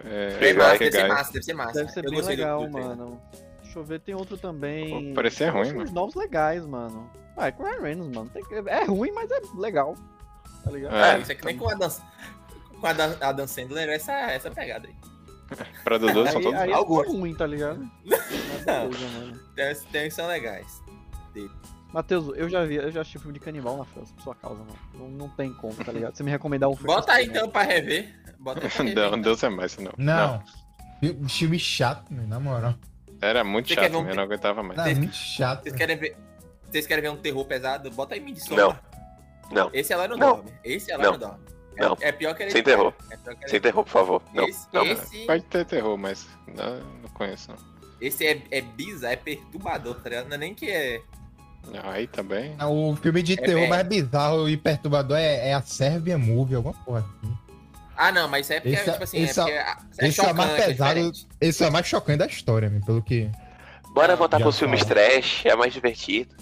Speaker 1: É,
Speaker 2: Free
Speaker 4: Deve,
Speaker 2: Guy,
Speaker 4: massa,
Speaker 1: Free
Speaker 4: deve ser
Speaker 1: Guy.
Speaker 4: massa, deve ser massa.
Speaker 3: Deve ser
Speaker 4: Eu
Speaker 3: bem
Speaker 4: gostei do-
Speaker 3: legal,
Speaker 4: do trailer.
Speaker 3: mano. Deixa eu ver, tem outro também.
Speaker 1: Pô, parece ser
Speaker 3: Tem uns
Speaker 1: ruim,
Speaker 3: filmes novos legais, mano. Ah, é com o Ryan Reynolds, mano. Tem que- É ruim, mas é legal. Tá ligado?
Speaker 4: É,
Speaker 1: É,
Speaker 4: isso aqui nem com a Dan, com a Dan, a Dan Sandler, essa, essa pegada aí.
Speaker 1: pra Dudu são
Speaker 3: aí,
Speaker 1: todos.
Speaker 3: aí é
Speaker 4: Alguns.
Speaker 3: ruim, tá ligado?
Speaker 4: *laughs* Não.
Speaker 3: Beleza, mano.
Speaker 4: Tem, tem uns que são legais.
Speaker 3: Matheus, eu já vi, eu já assisti filme de canibal na França, por sua causa, mano. Não, não tem como, tá ligado? Você me recomendar um filme.
Speaker 4: Bota aí
Speaker 3: assim,
Speaker 4: então pra rever. Bota
Speaker 2: *laughs*
Speaker 4: aí pra
Speaker 1: *laughs*
Speaker 4: rever.
Speaker 1: Não,
Speaker 4: então.
Speaker 1: Deus é mais, não.
Speaker 5: Não. Fi- Filme chato, né? Na moral.
Speaker 1: Era muito
Speaker 4: Você
Speaker 1: chato,
Speaker 4: quer ver um
Speaker 1: eu não aguentava mais.
Speaker 5: Tá
Speaker 4: Vocês-
Speaker 5: muito chato.
Speaker 4: Vocês querem ver? Vocês querem ver um terror pesado? Bota aí
Speaker 2: Não.
Speaker 4: Midsommar.
Speaker 2: Não.
Speaker 4: Esse ela não,
Speaker 2: Não.
Speaker 4: dorme. Esse ela
Speaker 2: Não.
Speaker 4: não, dorme. É,
Speaker 2: Não.
Speaker 4: é pior que ele.
Speaker 2: Sem terror.
Speaker 4: É pior que ele-
Speaker 2: Sem terror, por favor. Não.
Speaker 4: Esse,
Speaker 2: não.
Speaker 4: esse,
Speaker 1: Pode ter terror, mas não, não conheço, não.
Speaker 4: esse é, é bizarro, é perturbador, tá ligado? Não é nem que é.
Speaker 1: Não, Aí também.
Speaker 5: Ah, O filme de
Speaker 4: É
Speaker 5: terror
Speaker 4: bem-
Speaker 5: mais bizarro e perturbador é, é a Sérvia Movie, alguma porra assim.
Speaker 4: Ah, não, mas isso é porque,
Speaker 5: Esse é-
Speaker 4: tipo assim, é
Speaker 5: esse é-
Speaker 4: porque. É,
Speaker 5: esse é o
Speaker 4: chocante,
Speaker 5: mais pesado.
Speaker 4: diferente.
Speaker 5: Esse é o mais chocante da história, meu, pelo que.
Speaker 2: Bora voltar
Speaker 5: já
Speaker 2: pros filmes
Speaker 5: fala.
Speaker 2: trash, é mais divertido.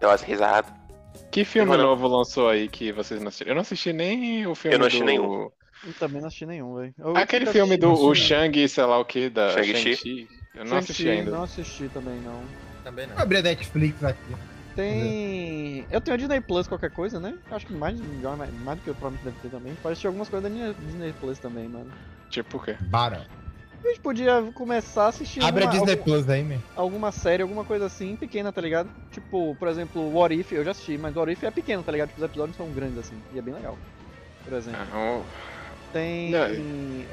Speaker 2: Dá umas risadas.
Speaker 1: Que filme
Speaker 2: Demorou.
Speaker 1: novo lançou aí que vocês não assistiram? Eu não assisti nem o filme
Speaker 2: Eu não assisti
Speaker 1: do...
Speaker 2: nenhum.
Speaker 3: Eu também não assisti nenhum, velho. assim,
Speaker 1: Aquele filme do
Speaker 5: assisti
Speaker 1: o
Speaker 5: não.
Speaker 1: Shang, sei lá o que, da
Speaker 2: Shang-Chi?
Speaker 1: Shang-Chi. Eu não assisti ainda.
Speaker 3: Não assisti também, não.
Speaker 4: Também não.
Speaker 5: Vou abrir a Netflix aqui. Uhum.
Speaker 3: Tem. Eu tenho a Disney Plus, qualquer coisa, né? Acho que mais, mais, mais do que eu provavelmente deve ter também. Parece que algumas coisas da minha Disney Plus também, mano.
Speaker 1: Tipo o quê?
Speaker 5: Bara.
Speaker 3: A gente podia começar a assistir
Speaker 5: Abre a
Speaker 3: alguma-
Speaker 5: Disney
Speaker 3: algum-
Speaker 5: Plus aí, meu.
Speaker 3: alguma série, alguma coisa assim, pequena, tá ligado? Tipo, por exemplo, What If, eu já assisti, mas What If é pequeno, tá ligado? Tipo, os episódios são grandes, assim, e é bem legal. Por exemplo.
Speaker 1: Ah, o-
Speaker 3: Tem.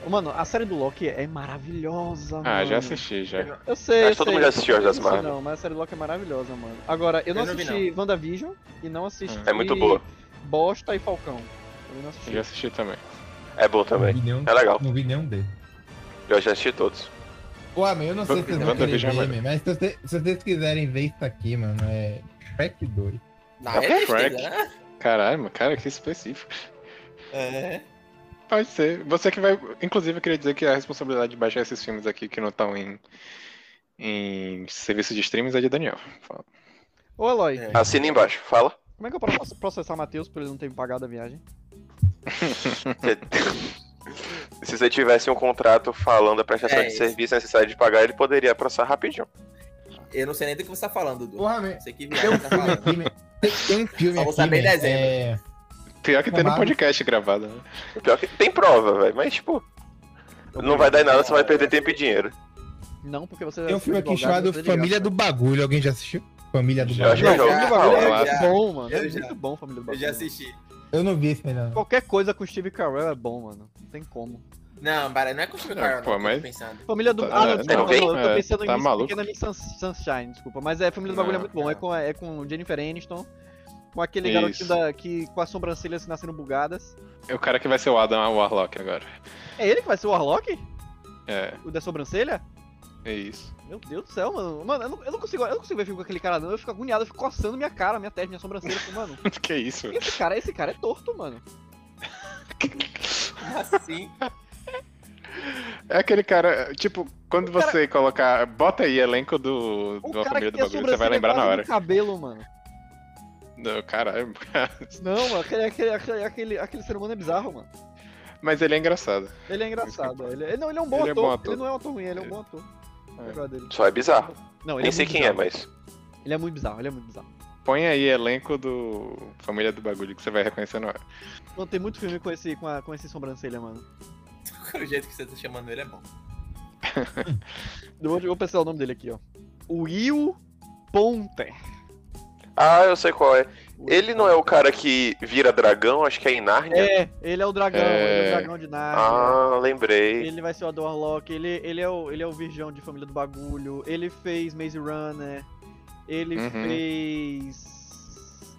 Speaker 3: Mano, a série do Loki é maravilhosa, mano.
Speaker 1: Ah, já assisti,
Speaker 2: É.
Speaker 1: já.
Speaker 3: Eu sei.
Speaker 2: Acho
Speaker 3: eu
Speaker 2: que todo
Speaker 3: sei,
Speaker 2: mundo já assistiu
Speaker 3: eu
Speaker 2: as das
Speaker 3: sei,
Speaker 2: Marvel.
Speaker 3: Não, mas a série do Loki é maravilhosa, mano. Agora, eu não
Speaker 4: Eu não vi,
Speaker 3: assisti WandaVision e não assisti.
Speaker 2: É muito boa.
Speaker 3: Bosta e Falcão. Eu não assisti.
Speaker 1: Já assisti também.
Speaker 2: É bom
Speaker 5: Não
Speaker 2: também.
Speaker 5: vi nenhum,
Speaker 2: É legal.
Speaker 5: não vi nenhum deles.
Speaker 2: Eu já assisti todos.
Speaker 5: Pô, meu, eu não sei se vocês vão querer
Speaker 1: WandaVision é
Speaker 5: ver, meu, mas se, vocês- se vocês quiserem ver isso aqui, mano, é Shrek 2.
Speaker 4: Não,
Speaker 1: Tá
Speaker 4: é tristeza,
Speaker 1: crack.
Speaker 4: né?
Speaker 1: Caralho, mano, cara, que específico.
Speaker 4: É.
Speaker 1: Pode ser. Você que vai. Inclusive, eu queria dizer que a responsabilidade de baixar esses filmes aqui que não estão em. em serviço de streams é de Daniel. Fala.
Speaker 3: Ô, Eloy,
Speaker 4: É.
Speaker 2: Assina embaixo, fala.
Speaker 3: como é que eu posso processar o Matheus por ele não ter me pagado a viagem?
Speaker 2: Se- Se você tivesse um contrato falando a prestação
Speaker 4: É
Speaker 2: de
Speaker 4: isso.
Speaker 2: serviço necessária de pagar, ele poderia processar rapidinho.
Speaker 4: Eu não sei nem do que você tá falando, Dudu.
Speaker 5: Porra, meu.
Speaker 4: Não sei que
Speaker 5: Tem
Speaker 4: viagem
Speaker 5: um
Speaker 4: você tá
Speaker 5: *laughs* filme
Speaker 4: falando.
Speaker 5: aqui, meu. Tem, tem um filme
Speaker 4: Só vou
Speaker 5: aqui,
Speaker 4: saber em
Speaker 5: meu,
Speaker 4: dezembro.
Speaker 5: é-
Speaker 1: Pior que tem no
Speaker 5: Tomara.
Speaker 1: podcast gravado, né?
Speaker 2: Pior que tem prova, velho. Mas, tipo, não vai dar em nada, você vai perder tempo e dinheiro.
Speaker 3: Não, porque você é
Speaker 5: Tem um filme aqui chamado Família do Bagulho. Alguém já assistiu? Família do
Speaker 1: Já, já,
Speaker 5: Bagulho.
Speaker 2: já.
Speaker 3: Não, Família do Bagulho é
Speaker 4: Eu
Speaker 3: muito
Speaker 4: já-
Speaker 3: bom, mano.
Speaker 4: eu
Speaker 3: É
Speaker 4: já-
Speaker 3: muito bom, Família do
Speaker 4: Eu
Speaker 3: Bagulho.
Speaker 4: já assisti.
Speaker 5: Eu não vi esse ainda. não.
Speaker 3: Qualquer coisa com o Steve Carell é bom, mano. Não tem como.
Speaker 4: Não, para, não é com o Steve
Speaker 1: Não,
Speaker 4: Carell, não,
Speaker 1: pô,
Speaker 4: que eu tô
Speaker 1: mas-
Speaker 4: pensando.
Speaker 3: Família do.
Speaker 1: Tá-
Speaker 3: Ah, não,
Speaker 1: é,
Speaker 3: desculpa,
Speaker 2: tem-
Speaker 3: não, eu tô
Speaker 1: é, tá
Speaker 3: pensando em Miss
Speaker 1: maluco.
Speaker 3: Pequena Miss Sun- Sunshine, desculpa. Mas é, Família do Bagulho é
Speaker 1: Não, tá
Speaker 3: muito bom. É com, é com Jennifer Aniston. Com aquele garotinho
Speaker 1: Isso.
Speaker 3: da, que, com as sobrancelhas nascendo bugadas.
Speaker 1: É o cara que vai ser o Adam Warlock agora.
Speaker 3: É ele que vai ser o Warlock?
Speaker 1: É,
Speaker 3: O da sobrancelha?
Speaker 1: é
Speaker 3: *laughs*
Speaker 1: isso.
Speaker 3: Meu Deus do céu, mano. Mano, eu não, eu não consigo, eu não consigo ver filme com aquele cara, não. Eu fico agoniado, eu fico coçando minha cara, minha testa, minha sobrancelha. Eu fico, Mano,
Speaker 1: que isso?
Speaker 3: esse cara, esse cara é torto, mano.
Speaker 4: Como Assim. *laughs*
Speaker 1: É aquele cara, tipo, quando
Speaker 3: cara-
Speaker 1: você colocar. Bota aí elenco do,
Speaker 3: O
Speaker 1: do A
Speaker 3: cara que
Speaker 1: Família do
Speaker 3: tem a
Speaker 1: Bagulho, você vai
Speaker 3: sobrancelha
Speaker 1: lembrar na
Speaker 3: quase
Speaker 1: hora.
Speaker 3: do cabelo, mano.
Speaker 1: Não, caralho. é
Speaker 3: Não, mano, aquele, aquele, aquele, aquele, aquele ser humano é bizarro, mano.
Speaker 1: *laughs* Mas ele é engraçado.
Speaker 3: Ele é engraçado. Ele, ele- não, ele é um bom,
Speaker 1: Ele é
Speaker 3: ator.
Speaker 1: bom ator.
Speaker 3: Ele não é um ator ruim, ele é um bom ator.
Speaker 1: É.
Speaker 3: Eu gosto dele.
Speaker 2: Só é bizarro.
Speaker 3: Não, ele
Speaker 2: Nem
Speaker 3: é
Speaker 2: sei
Speaker 3: muito
Speaker 2: quem é,
Speaker 3: bizarro.
Speaker 2: mas.
Speaker 3: Ele é muito bizarro, ele é muito bizarro.
Speaker 1: Põe aí elenco do Família do Bagulho que você vai reconhecer na hora.
Speaker 3: Mano, tem muito filme com esse, com, a, com esse sobrancelha, mano.
Speaker 4: O jeito que você tá chamando ele é bom.
Speaker 3: Eu vou, eu vou pensar o nome dele aqui, ó. Will Ponter.
Speaker 2: Ah, eu sei qual é. Ele não é o cara que vira dragão, acho que é em Nárnia.
Speaker 3: É, ele é o dragão, ele é
Speaker 1: É.
Speaker 3: o dragão de Narnia.
Speaker 2: Ah, lembrei.
Speaker 3: Ele vai ser o Adam Warlock, ele, ele, é o, ele é o virgão de Família do Bagulho, ele fez Maze Runner, ele
Speaker 1: Uhum.
Speaker 3: fez...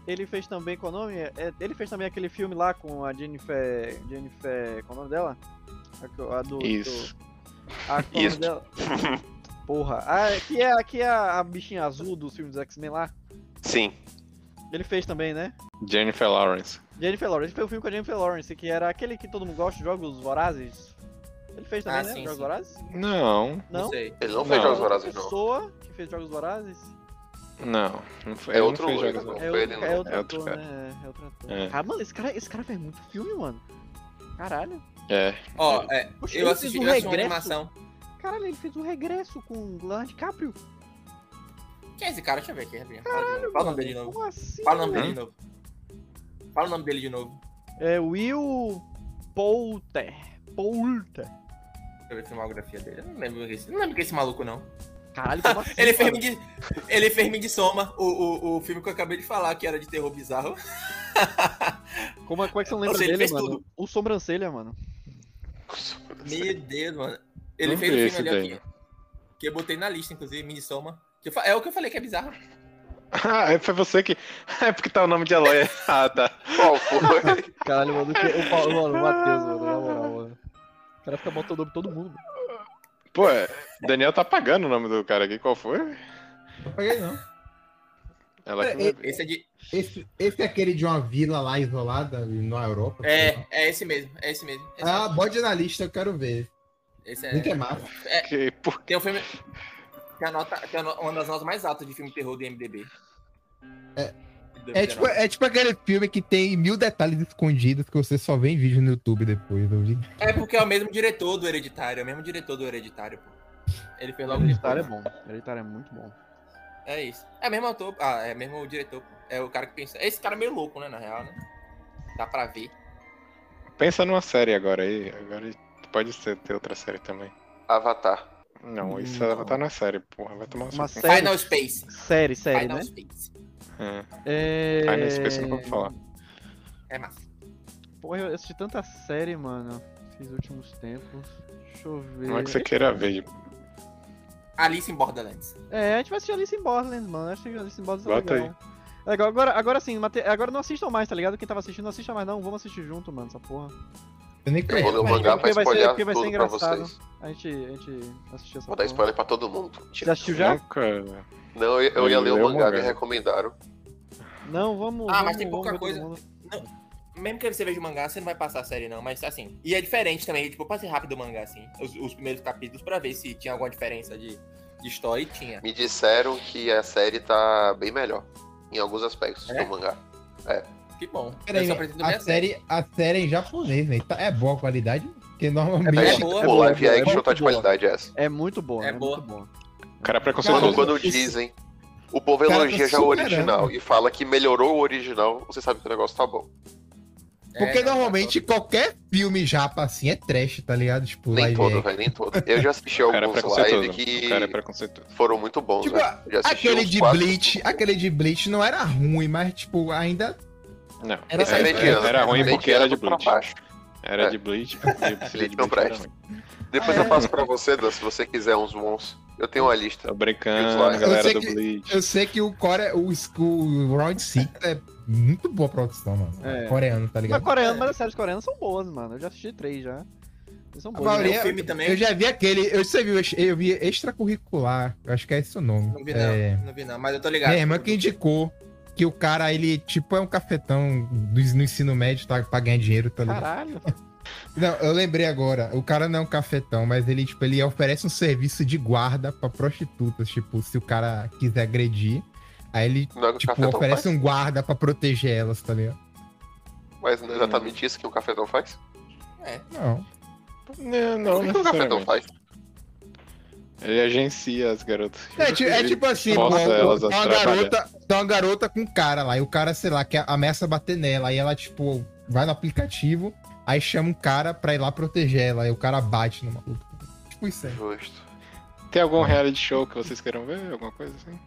Speaker 3: Ele fez também, qual é o nome? É, ele fez também aquele filme lá com a Jennifer... Jennifer... qual é o nome dela? A, que- a do... do-
Speaker 1: Isso.
Speaker 3: a, qual é o nome
Speaker 2: Isso.
Speaker 3: dela? Porra. A, que é, que é a, a bichinha azul dos filmes dos X-Men lá.
Speaker 2: Sim.
Speaker 3: Ele fez também, né?
Speaker 1: Jennifer Lawrence.
Speaker 3: Jennifer Lawrence. Ele fez um filme com a Jennifer Lawrence, que era aquele que todo mundo gosta, Jogos Vorazes. Ele fez também,
Speaker 4: Ah,
Speaker 3: né?
Speaker 4: sim,
Speaker 3: Jogos
Speaker 4: sim.
Speaker 3: Vorazes?
Speaker 1: Não,
Speaker 4: Não,
Speaker 3: Não?
Speaker 4: sei.
Speaker 2: Ele não fez
Speaker 1: Não.
Speaker 2: Jogos Vorazes, não.
Speaker 3: pessoa que fez Jogos Vorazes?
Speaker 1: não. não foi,
Speaker 2: É
Speaker 1: ele
Speaker 2: outro-
Speaker 1: não fez
Speaker 2: é
Speaker 1: jogos
Speaker 2: outro-
Speaker 1: Vorazes.
Speaker 3: É
Speaker 2: foi ele,
Speaker 3: outro,
Speaker 2: não.
Speaker 3: é outro
Speaker 1: É outro
Speaker 3: ator,
Speaker 1: cara.
Speaker 3: né? É outro ator.
Speaker 1: É.
Speaker 3: Ah, mano, esse cara, esse cara fez muito filme, mano. Caralho.
Speaker 1: É, *laughs*
Speaker 4: Ó, é,
Speaker 3: Poxa,
Speaker 4: eu
Speaker 3: ele fez
Speaker 4: assisti, eu
Speaker 3: um
Speaker 4: assisti uma
Speaker 3: regresso.
Speaker 4: animação.
Speaker 3: Caralho, ele fez o regresso com o Leonardo DiCaprio.
Speaker 4: Quem é esse cara? Deixa eu ver aqui rapidinho. Fala de novo. Fala o nome
Speaker 3: mano.
Speaker 4: dele de novo.
Speaker 3: Como assim?
Speaker 4: Fala o nome dele
Speaker 1: Hum?
Speaker 4: de novo. Fala o nome dele de novo.
Speaker 3: É Will Poulter. Poulter.
Speaker 4: Deixa eu ver a filmografia dele. Eu não lembro esse, não lembro que é esse maluco, não.
Speaker 3: Caralho,
Speaker 4: *laughs*
Speaker 3: como assim?
Speaker 4: Ele fez,
Speaker 3: mano?
Speaker 4: Ming- ele fez Ming Soma, o, o, o filme que eu acabei de falar, que era de terror bizarro.
Speaker 3: Como, é- como é que você não lembra
Speaker 4: Nossa, um ele
Speaker 3: dele,
Speaker 4: fez
Speaker 3: mano?
Speaker 4: tudo.
Speaker 3: O Sobrancelha, mano.
Speaker 4: Meu Deus, mano. Ele
Speaker 1: Não
Speaker 4: fez
Speaker 1: vi
Speaker 4: o
Speaker 1: esse
Speaker 4: filme ali
Speaker 1: daí.
Speaker 4: aqui. Que eu botei na lista, inclusive, Ming Soma. Que eu fa- é o que eu falei que é bizarro.
Speaker 1: Ah, foi você que. *laughs* É porque tá o nome de Aloy errada.
Speaker 2: *laughs* Qual foi?
Speaker 3: Caralho, mano, o que- o Paulo- mano, o Matheus, mano, na moral, mano. O cara fica botando o nome de todo mundo. mano.
Speaker 1: Pô, é, Daniel tá pagando o nome do cara aqui. Qual foi?
Speaker 5: Não peguei, não.
Speaker 1: Ela que
Speaker 5: É,
Speaker 1: vai ver.
Speaker 4: Esse é de.
Speaker 5: Esse, esse é aquele de uma vila lá isolada na Europa? sei lá.
Speaker 4: É, é esse mesmo, é esse mesmo. Esse,
Speaker 5: Ah, bode na lista, eu quero ver.
Speaker 4: esse
Speaker 5: Muito é
Speaker 4: é.
Speaker 5: massa.
Speaker 1: Que- pô,
Speaker 4: Tem um filme. Tem, a nota, tem a no- uma das notas mais altas de filme terror do MDB.
Speaker 5: É tipo, é tipo aquele filme que tem mil detalhes escondidos que você só vê em vídeo no YouTube depois. Eu vi.
Speaker 4: É porque é o mesmo diretor do Hereditário, é o mesmo diretor do Hereditário, pô. Ele fez logo
Speaker 3: Hereditário é
Speaker 4: depois.
Speaker 3: bom. Hereditário é muito bom.
Speaker 4: É isso. É o mesmo ator, ah, é o mesmo diretor. pô. É o cara que pensa. Esse cara é meio louco, né, na real, né? Dá pra ver.
Speaker 1: pensa numa série agora aí. Agora pode ser, ter outra série também.
Speaker 2: Avatar.
Speaker 1: Não, isso
Speaker 3: Não.
Speaker 1: vai estar na série, porra. Vai tomar
Speaker 3: Uma
Speaker 1: seu cu.
Speaker 3: Série?
Speaker 4: Final Space.
Speaker 3: Série, série,
Speaker 4: Final
Speaker 3: né?
Speaker 4: Space.
Speaker 1: É.
Speaker 3: É...
Speaker 1: Aí nesse eu não vou falar.
Speaker 4: É massa.
Speaker 3: Porra, eu assisti tanta série, mano, esses últimos tempos. Deixa eu ver.
Speaker 1: Não é que você queira ver.
Speaker 4: Alice in Borderlands.
Speaker 3: É, a gente vai assistir Alice in Borderlands, mano. Acho que Alice in Borderlands
Speaker 1: Bota
Speaker 3: é legal. É Legal, agora, agora sim, mate- agora não assistam mais, tá ligado? Quem tava assistindo, não assista mais não, vamos assistir junto, mano, essa porra.
Speaker 5: Eu nem
Speaker 2: Eu vou
Speaker 5: conheço.
Speaker 2: ler o
Speaker 3: mas é
Speaker 2: mangá pra
Speaker 3: porque vai ser-
Speaker 2: spoiler
Speaker 3: porque vai ser
Speaker 2: tudo pra
Speaker 3: engraçado.
Speaker 2: vocês.
Speaker 3: A gente, a gente assistiu essa
Speaker 2: Vou
Speaker 3: porra.
Speaker 2: dar spoiler pra todo mundo.
Speaker 3: Você
Speaker 2: Mentira.
Speaker 3: assistiu já?
Speaker 1: Nunca.
Speaker 2: Não, eu, eu ia
Speaker 1: Eu
Speaker 2: ler o
Speaker 1: leio o
Speaker 2: mangá
Speaker 1: mangá.
Speaker 2: que recomendaram.
Speaker 3: Não, vamos.
Speaker 4: Ah,
Speaker 3: vamos-
Speaker 4: mas
Speaker 3: vamos
Speaker 4: tem pouca
Speaker 3: ver todo
Speaker 4: coisa.
Speaker 3: mundo.
Speaker 4: Mesmo que você veja o mangá, você não vai passar a série, não. Mas assim. E é diferente também. Tipo, eu passei rápido o mangá, assim. Os, os primeiros capítulos pra ver se tinha alguma diferença de, de história e tinha.
Speaker 2: Me disseram que a série tá bem melhor. Em alguns aspectos
Speaker 4: É?
Speaker 2: do mangá.
Speaker 4: Que bom.
Speaker 5: Peraí,
Speaker 4: Eu só pretendo ver
Speaker 5: a, série, a série é em japonês, né? Tá- É boa a qualidade, porque normalmente.
Speaker 4: É
Speaker 2: Mas,
Speaker 4: boa,
Speaker 2: tipo,
Speaker 4: é
Speaker 2: o
Speaker 3: boa,
Speaker 2: live
Speaker 3: é boa, é
Speaker 2: action
Speaker 3: muito
Speaker 2: tá de
Speaker 3: boa.
Speaker 2: qualidade essa.
Speaker 3: É muito boa,
Speaker 4: É
Speaker 3: é,
Speaker 4: boa.
Speaker 3: muito boa.
Speaker 1: O cara é
Speaker 2: Quando,
Speaker 1: preconceituoso.
Speaker 2: quando
Speaker 5: isso-
Speaker 2: dizem. O povo
Speaker 5: Cara, tá
Speaker 2: elogia já o
Speaker 5: superando.
Speaker 2: original e fala que melhorou o original, você sabe que o negócio tá bom.
Speaker 5: Porque
Speaker 4: É, não,
Speaker 5: normalmente qualquer filme japa assim é trash, tá ligado? Tipo,
Speaker 2: Nem
Speaker 5: live
Speaker 2: todo,
Speaker 5: action.
Speaker 2: velho, nem todo. Eu já
Speaker 1: *laughs*
Speaker 2: assisti
Speaker 1: O cara é
Speaker 2: alguns lives
Speaker 1: preconceituoso.
Speaker 2: que
Speaker 1: O cara é preconceituoso.
Speaker 2: foram muito bons,
Speaker 5: Tipo,
Speaker 2: velho. Já assisti
Speaker 5: Aquele
Speaker 2: uns
Speaker 5: de
Speaker 2: quatro,
Speaker 5: Bleach,
Speaker 2: cinco.
Speaker 5: aquele de Bleach não era ruim, mas tipo, ainda.
Speaker 1: Não.
Speaker 5: Era-
Speaker 2: Esse é
Speaker 5: era-
Speaker 2: mediano.
Speaker 1: era ruim
Speaker 2: mediano
Speaker 1: porque era de
Speaker 2: pra
Speaker 1: Bleach.
Speaker 2: baixo.
Speaker 1: Era
Speaker 2: É.
Speaker 1: de Bleach.
Speaker 2: *laughs*
Speaker 1: porque precisa de
Speaker 2: Bleach não
Speaker 1: Bleach, era
Speaker 2: presta.
Speaker 1: ruim.
Speaker 2: Depois
Speaker 5: Ah,
Speaker 2: eu
Speaker 5: é?
Speaker 2: passo pra você, Dan, se você quiser uns bons. Eu tenho uma lista.
Speaker 1: Tô brincando,
Speaker 2: Eu sei
Speaker 1: galera
Speaker 5: que-
Speaker 1: do Bleach.
Speaker 5: Eu sei que o Core, o, o Round Six é muito boa produção, mano.
Speaker 3: É.
Speaker 5: Coreano, tá
Speaker 3: Mas
Speaker 5: ligado?
Speaker 3: coreano, mas as séries coreanas são boas, mano. Eu já assisti três já. Eles são
Speaker 5: A
Speaker 3: boas.
Speaker 5: maioria-
Speaker 3: né?
Speaker 4: É, o filme também.
Speaker 5: Eu já vi aquele, eu sei, viu, eu vi extracurricular, eu acho que é esse o nome.
Speaker 4: Não vi, não.
Speaker 5: é,
Speaker 4: Não vi, não. Mas eu tô ligado.
Speaker 5: minha irmã que é indicou que o cara, ele, tipo, é um cafetão do, no ensino médio, tá? Pra ganhar dinheiro, tá ligado?
Speaker 3: Caralho.
Speaker 5: Não, eu lembrei agora, o cara não é um cafetão, mas ele, tipo, ele oferece um serviço de guarda pra prostitutas, tipo, se o cara quiser agredir, aí ele,
Speaker 2: Não é que o
Speaker 5: tipo,
Speaker 2: cafetão
Speaker 5: oferece
Speaker 2: faz,
Speaker 5: um guarda pra proteger elas, tá ligado?
Speaker 2: mas não é exatamente isso que o cafetão faz?
Speaker 5: Não.
Speaker 1: Não, não,
Speaker 2: o que o cafetão
Speaker 1: necessariamente.
Speaker 2: faz?
Speaker 1: Ele agencia as garotas.
Speaker 5: É, ti- é tipo assim, pô,
Speaker 1: Força elas
Speaker 5: tá
Speaker 1: a
Speaker 5: uma
Speaker 1: trabalhar.
Speaker 5: garota, tá uma garota com um cara lá, e o cara, sei lá, que ameaça bater nela, aí ela, tipo, vai no aplicativo, aí chama um cara pra ir lá proteger ela, aí o cara bate no maluco. Tipo isso aí.
Speaker 2: Justo.
Speaker 1: Tem algum reality show que vocês queiram ver? Alguma coisa assim?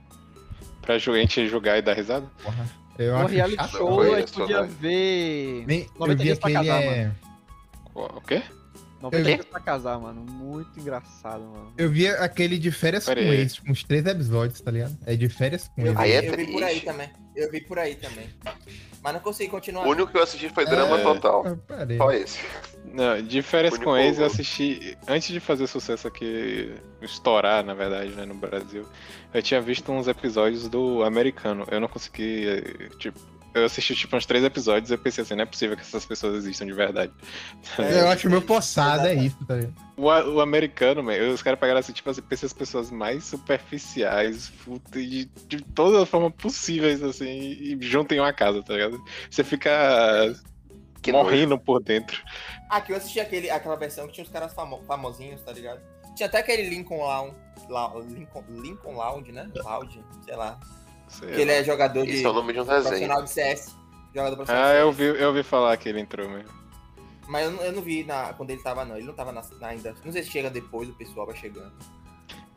Speaker 1: Pra ju- gente julgar e dar risada?
Speaker 5: Porra. Eu
Speaker 3: Um
Speaker 5: acho
Speaker 3: reality
Speaker 5: chato.
Speaker 3: show,
Speaker 2: Foi
Speaker 3: a gente
Speaker 2: isso,
Speaker 3: podia
Speaker 2: né?
Speaker 3: ver.
Speaker 5: Nem- Eu
Speaker 3: 90
Speaker 5: vi
Speaker 3: dias pra
Speaker 5: aquele
Speaker 3: casar,
Speaker 5: é...
Speaker 1: O quê?
Speaker 3: 90
Speaker 5: vi-
Speaker 3: dias pra casar, mano. Muito engraçado, mano.
Speaker 5: Eu vi aquele de férias
Speaker 1: Pera
Speaker 5: com
Speaker 1: aí.
Speaker 5: ex, tipo, uns três episódios, tá ligado? É de férias com
Speaker 4: Eu
Speaker 5: ex.
Speaker 4: vi,
Speaker 2: Aí é
Speaker 4: eu vi por aí
Speaker 2: triste.
Speaker 4: também. Eu vi por aí também. Mas não consegui continuar.
Speaker 2: O único que eu assisti foi Drama
Speaker 1: É.
Speaker 2: Total.
Speaker 5: Ah, parei.
Speaker 2: Só esse.
Speaker 1: Não, de férias
Speaker 2: Único-
Speaker 1: com ex eu assisti. Antes de fazer sucesso aqui, estourar, na verdade, né, no Brasil, eu tinha visto uns episódios do americano. Eu não consegui, eh, tipo, eu assisti tipo uns três episódios e eu pensei assim, não é possível que essas pessoas existam de verdade. É,
Speaker 5: eu acho meu poçado, é isso, tá ligado?
Speaker 1: O, a- o americano, man, os caras pegaram assim, tipo assim, pensei as pessoas mais superficiais, puta, de, de todas as formas possíveis, assim, e juntem uma casa, tá ligado? Você fica
Speaker 2: Que
Speaker 1: morrendo por dentro.
Speaker 4: Aqui Ah, eu assisti aquele, aquela versão que tinha os caras famo- famosinhos, tá ligado? Tinha até aquele Lincoln Lounge. Lincoln, Lincoln Lounge, né? Lounge, sei lá.
Speaker 1: Sei
Speaker 4: Que ele é jogador de.
Speaker 2: Isso é o nome de um desenho.
Speaker 4: profissional de CS. Jogador profissional.
Speaker 1: Ah,
Speaker 4: de
Speaker 1: eu
Speaker 4: CS.
Speaker 1: vi, eu vi falar que ele entrou mesmo.
Speaker 4: Mas eu, não- eu não vi na, quando ele tava, não. Ele não tava na, na ainda. Não sei se chega depois, o pessoal vai chegando.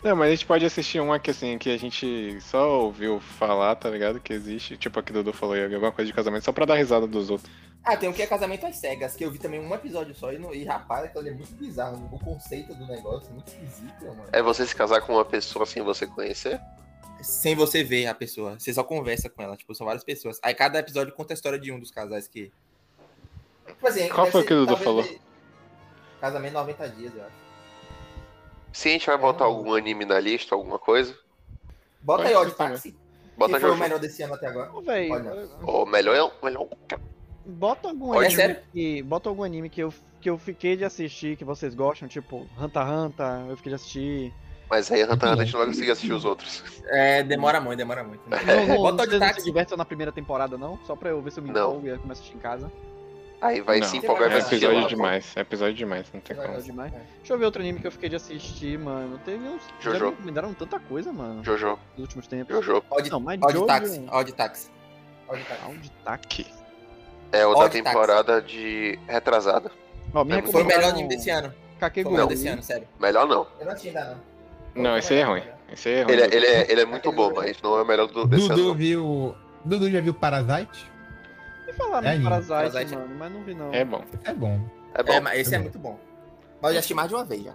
Speaker 1: Não, mas a gente pode assistir uma que assim, que a gente só ouviu falar, tá ligado? Que existe, tipo a que o Dudu falou aí, alguma coisa de casamento, só pra dar risada dos outros.
Speaker 4: Ah, tem um que é Casamento às Cegas, que eu vi também um episódio só. E, não- e rapaz, aquilo ali é muito bizarro. O conceito do negócio é muito esquisito, mano.
Speaker 2: É você se casar com uma pessoa sem você conhecer? É.
Speaker 4: Sem você ver a pessoa. Você só conversa com ela. Tipo, são várias pessoas. Aí cada episódio conta a história de um dos casais que. Tipo assim,
Speaker 1: Qual
Speaker 4: deve
Speaker 1: foi
Speaker 4: ser-
Speaker 1: que o Dudu
Speaker 4: talvez
Speaker 1: falou?
Speaker 4: ele- Casamento 90 dias, eu acho.
Speaker 2: Se a gente vai botar algum anime na lista, alguma coisa,
Speaker 4: Bota
Speaker 1: Pode
Speaker 4: aí, ó, de
Speaker 1: ser também.
Speaker 4: táxi.
Speaker 2: bota
Speaker 4: que foi o
Speaker 2: Jojo.
Speaker 4: melhor desse ano até agora.
Speaker 3: Ô, véi,
Speaker 4: Olha.
Speaker 2: Ou melhor é um- melhor. um-
Speaker 3: bota algum
Speaker 2: Olha,
Speaker 3: anime.
Speaker 4: é sério?
Speaker 3: Que, bota algum anime que eu, que eu fiquei de assistir, que vocês gostam, tipo, Hunter x Hunter, eu fiquei
Speaker 2: *laughs*
Speaker 3: de assistir.
Speaker 2: Mas aí a Hunter x Hunter a gente não vai conseguir assistir os outros.
Speaker 4: É, demora muito, demora muito.
Speaker 3: Não, não,
Speaker 4: Bota o de
Speaker 3: vocês não se
Speaker 4: táxi.
Speaker 3: divertem na primeira temporada, não? Só pra eu ver se eu me
Speaker 2: Não.
Speaker 3: empolgo e eu começo a assistir em casa.
Speaker 2: Aí vai
Speaker 1: Não.
Speaker 2: se empolgar e
Speaker 1: É
Speaker 2: vai
Speaker 4: Você
Speaker 2: assistir
Speaker 1: episódio
Speaker 2: lá.
Speaker 4: lá,
Speaker 1: demais, é episódio demais, não tem como.
Speaker 3: É demais.
Speaker 4: É.
Speaker 3: Deixa eu ver outro anime que eu fiquei de assistir, mano. Teve uns.
Speaker 2: Jojo.
Speaker 3: já me- Me deram tanta coisa, mano,
Speaker 2: Jojo,
Speaker 3: nos últimos tempos.
Speaker 2: Jojo.
Speaker 4: Ó, de
Speaker 3: Não, mas
Speaker 4: Ó de
Speaker 3: Jojo-
Speaker 4: táxi, ó de táxi. Ó de táxi.
Speaker 3: Audi Taxi.
Speaker 2: É o
Speaker 4: Ó,
Speaker 2: da
Speaker 4: de táxi.
Speaker 2: temporada de retrasada.
Speaker 3: Ó, me
Speaker 4: Foi o
Speaker 3: recomendaram
Speaker 4: melhor
Speaker 1: um
Speaker 4: anime desse ano. Foi o
Speaker 3: Kakegurui.
Speaker 4: melhor desse ano, sério.
Speaker 2: Melhor não.
Speaker 4: Eu não assisti ainda, não.
Speaker 1: Não, esse aí é ruim. Esse aí é ruim.
Speaker 2: Ele, é-
Speaker 1: Dudu.
Speaker 2: ele é, ele é muito bom, mas não é o melhor do, desse
Speaker 5: Dudu
Speaker 2: ano.
Speaker 5: viu. Dudu já viu Parasite?
Speaker 3: Me falaram
Speaker 5: É
Speaker 3: de
Speaker 5: anime.
Speaker 3: Parasite,
Speaker 4: Parasite.
Speaker 3: mano, mas não vi não.
Speaker 1: É bom.
Speaker 5: É bom.
Speaker 2: É
Speaker 4: É,
Speaker 2: bom.
Speaker 4: mas esse é muito bom. Mas eu já assisti mais de uma vez, já.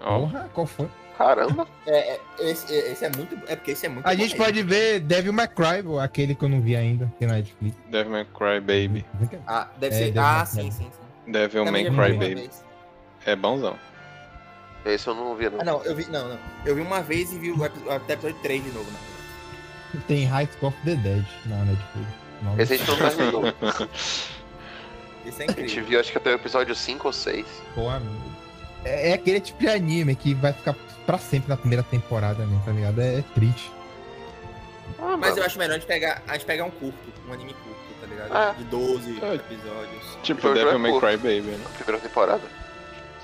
Speaker 1: Ó,
Speaker 5: Porra, qual foi?
Speaker 2: Caramba.
Speaker 4: É, é, esse, é- esse é muito É porque esse é muito
Speaker 5: A
Speaker 4: bom
Speaker 5: gente
Speaker 4: mesmo.
Speaker 5: pode ver Devil May Cry, pô, aquele que eu não vi ainda, tem na Netflix.
Speaker 1: Devil May Cry Baby.
Speaker 4: Ah, deve
Speaker 5: É,
Speaker 4: ser.
Speaker 5: deve
Speaker 4: ah,
Speaker 5: ser.
Speaker 4: sim, sim, sim.
Speaker 1: Devil May
Speaker 4: Também já vi
Speaker 1: Cry
Speaker 4: uma
Speaker 1: Baby.
Speaker 4: vez.
Speaker 1: É bonzão.
Speaker 2: Esse eu não vi, não.
Speaker 4: Ah, não, eu vi. Não, não. Eu vi uma vez e vi o epi- até o episódio 3 de novo, né?
Speaker 5: Tem High School of the Dead na Netflix. Não.
Speaker 2: Esse a gente não
Speaker 1: *laughs*
Speaker 2: terminou.
Speaker 4: Esse é
Speaker 2: A gente
Speaker 4: incrível.
Speaker 2: viu, acho que até o episódio 5 ou 6.
Speaker 5: Pô, amigo. É, é aquele tipo de anime que vai ficar pra sempre na primeira temporada, né, tá ligado? É, é triste.
Speaker 2: Ah,
Speaker 4: Mas
Speaker 2: mano.
Speaker 4: eu acho melhor a gente pegar, a gente pegar um curto, um anime curto, tá ligado?
Speaker 2: Ah.
Speaker 4: De 12
Speaker 5: É.
Speaker 1: Ah.
Speaker 4: episódios.
Speaker 1: Tipo
Speaker 2: Jojo é
Speaker 1: Devil May
Speaker 2: curto.
Speaker 1: Cry Baby, né?
Speaker 2: A Primeira temporada.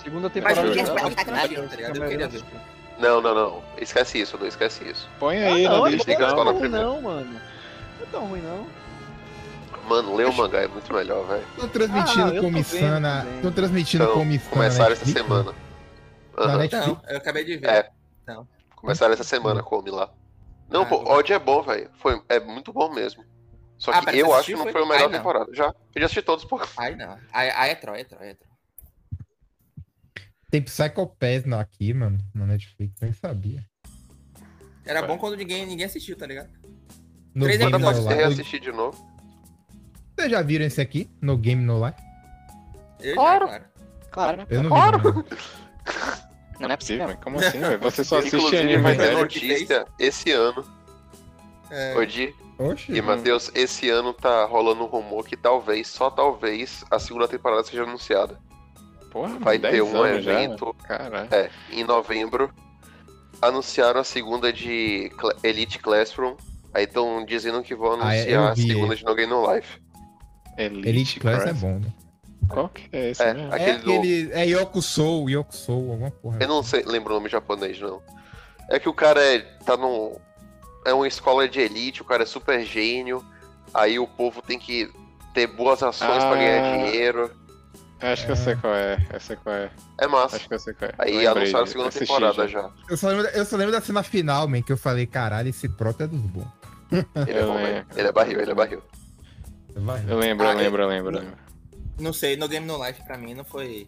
Speaker 3: Segunda
Speaker 4: Mas
Speaker 3: temporada. né?
Speaker 1: Jojo.
Speaker 4: ninguém
Speaker 3: já-
Speaker 4: espera
Speaker 3: já-
Speaker 4: caralho,
Speaker 3: já-
Speaker 4: tá
Speaker 3: já-
Speaker 4: ligado?
Speaker 3: já-
Speaker 4: Eu queria
Speaker 3: já-
Speaker 4: ver.
Speaker 2: Não, não, não. Esquece isso, Lu, esquece isso.
Speaker 1: Põe
Speaker 3: Ah,
Speaker 1: aí
Speaker 3: não,
Speaker 1: na
Speaker 3: é
Speaker 1: lista.
Speaker 2: tem que
Speaker 3: bom,
Speaker 2: escolar
Speaker 3: não é tão ruim
Speaker 2: primeiro.
Speaker 3: não, mano. Não é tão ruim não.
Speaker 2: Mano, lê o mangá, é muito melhor, velho.
Speaker 5: Estão transmitindo
Speaker 3: Ah, eu tô vendo
Speaker 5: comissana.
Speaker 3: também.
Speaker 5: Estão transmitindo
Speaker 2: Então,
Speaker 5: comissana.
Speaker 2: começaram essa
Speaker 5: Netflix,
Speaker 2: semana.
Speaker 5: Na
Speaker 2: Aham,
Speaker 5: Netflix.
Speaker 4: Não, eu acabei de ver.
Speaker 2: É. Começaram essa semana, come lá. Não,
Speaker 4: Ah,
Speaker 2: pô,
Speaker 4: vou ver.
Speaker 2: Odd é bom, velho. Foi- É muito bom mesmo. Só
Speaker 4: Ah,
Speaker 2: que
Speaker 4: pera,
Speaker 2: eu
Speaker 4: você
Speaker 2: acho que
Speaker 4: assistiu,
Speaker 2: não
Speaker 4: foi?
Speaker 2: foi a melhor
Speaker 4: Ai, não.
Speaker 2: temporada. Já? Eu já assisti todos, *laughs* pô.
Speaker 4: Ai, não. Ai, ai é Troia, é Troia, é Troia.
Speaker 5: Tem Psycho Pass na- aqui, mano, na Netflix. Nem sabia.
Speaker 4: Era
Speaker 1: Vai.
Speaker 4: bom quando ninguém, ninguém assistiu, tá ligado?
Speaker 5: No
Speaker 4: Três
Speaker 5: Game
Speaker 2: Agora pode
Speaker 4: episódios,
Speaker 5: No
Speaker 4: lá.
Speaker 5: Life.
Speaker 2: reassistir de novo.
Speaker 5: Vocês já viram esse aqui? No Game No Life?
Speaker 4: Eu
Speaker 7: Claro.
Speaker 4: já, claro.
Speaker 7: Claro, né?
Speaker 5: Eu não
Speaker 2: Claro.
Speaker 5: vi. não.
Speaker 7: Não é possível.
Speaker 1: velho. Como assim,
Speaker 2: *laughs*
Speaker 1: velho? Você só assiste
Speaker 2: Inclusive,
Speaker 1: anime
Speaker 2: vai ter
Speaker 4: velho.
Speaker 1: velho.
Speaker 2: notícia esse ano.
Speaker 4: É.
Speaker 2: Odi
Speaker 5: Oxi.
Speaker 2: e Matheus, esse ano tá rolando um rumor que talvez, só talvez, a segunda temporada seja anunciada.
Speaker 1: Porra,
Speaker 2: Vai
Speaker 1: dez
Speaker 2: ter um
Speaker 1: anos já, velho.
Speaker 2: evento
Speaker 1: Caralho.
Speaker 2: É, em novembro anunciaram a segunda de Cla- Elite Classroom. Aí estão dizendo que vão
Speaker 5: Ah, é,
Speaker 2: anunciar
Speaker 5: eu
Speaker 2: a
Speaker 5: vi
Speaker 2: segunda
Speaker 5: ele.
Speaker 2: de No Game No Life.
Speaker 5: Elite Class é bom, né?
Speaker 1: Qual que é esse,
Speaker 2: É,
Speaker 1: né?
Speaker 2: aqui-
Speaker 5: É
Speaker 2: Aquele do-
Speaker 5: aquele. É Yoko Soul, Yoko Soul, alguma porra.
Speaker 2: Eu não sei, lembro o nome japonês, não. É que o cara é, tá num. É uma escola de elite, o cara é super gênio. Aí o povo tem que ter boas ações pra ganhar
Speaker 1: Ah.
Speaker 2: dinheiro.
Speaker 1: Acho que eu sei qual é. Eu sei qual é.
Speaker 2: É massa.
Speaker 1: Acho que eu sei qual é.
Speaker 2: Aí
Speaker 1: Lembrei,
Speaker 2: anunciaram a segunda
Speaker 1: assisti
Speaker 2: temporada já.
Speaker 5: Eu só, lembro, eu só lembro da cena final, man, que eu falei, caralho, esse proto é dos bons.
Speaker 2: Ele é
Speaker 1: Eu
Speaker 2: bom,
Speaker 1: lembro.
Speaker 2: velho. Ele é barril, ele é barril.
Speaker 5: Vai.
Speaker 1: Eu lembro, eu
Speaker 4: Ah,
Speaker 1: lembro, eu lembro. eu lembro.
Speaker 4: Não sei, No Game No Life pra mim não foi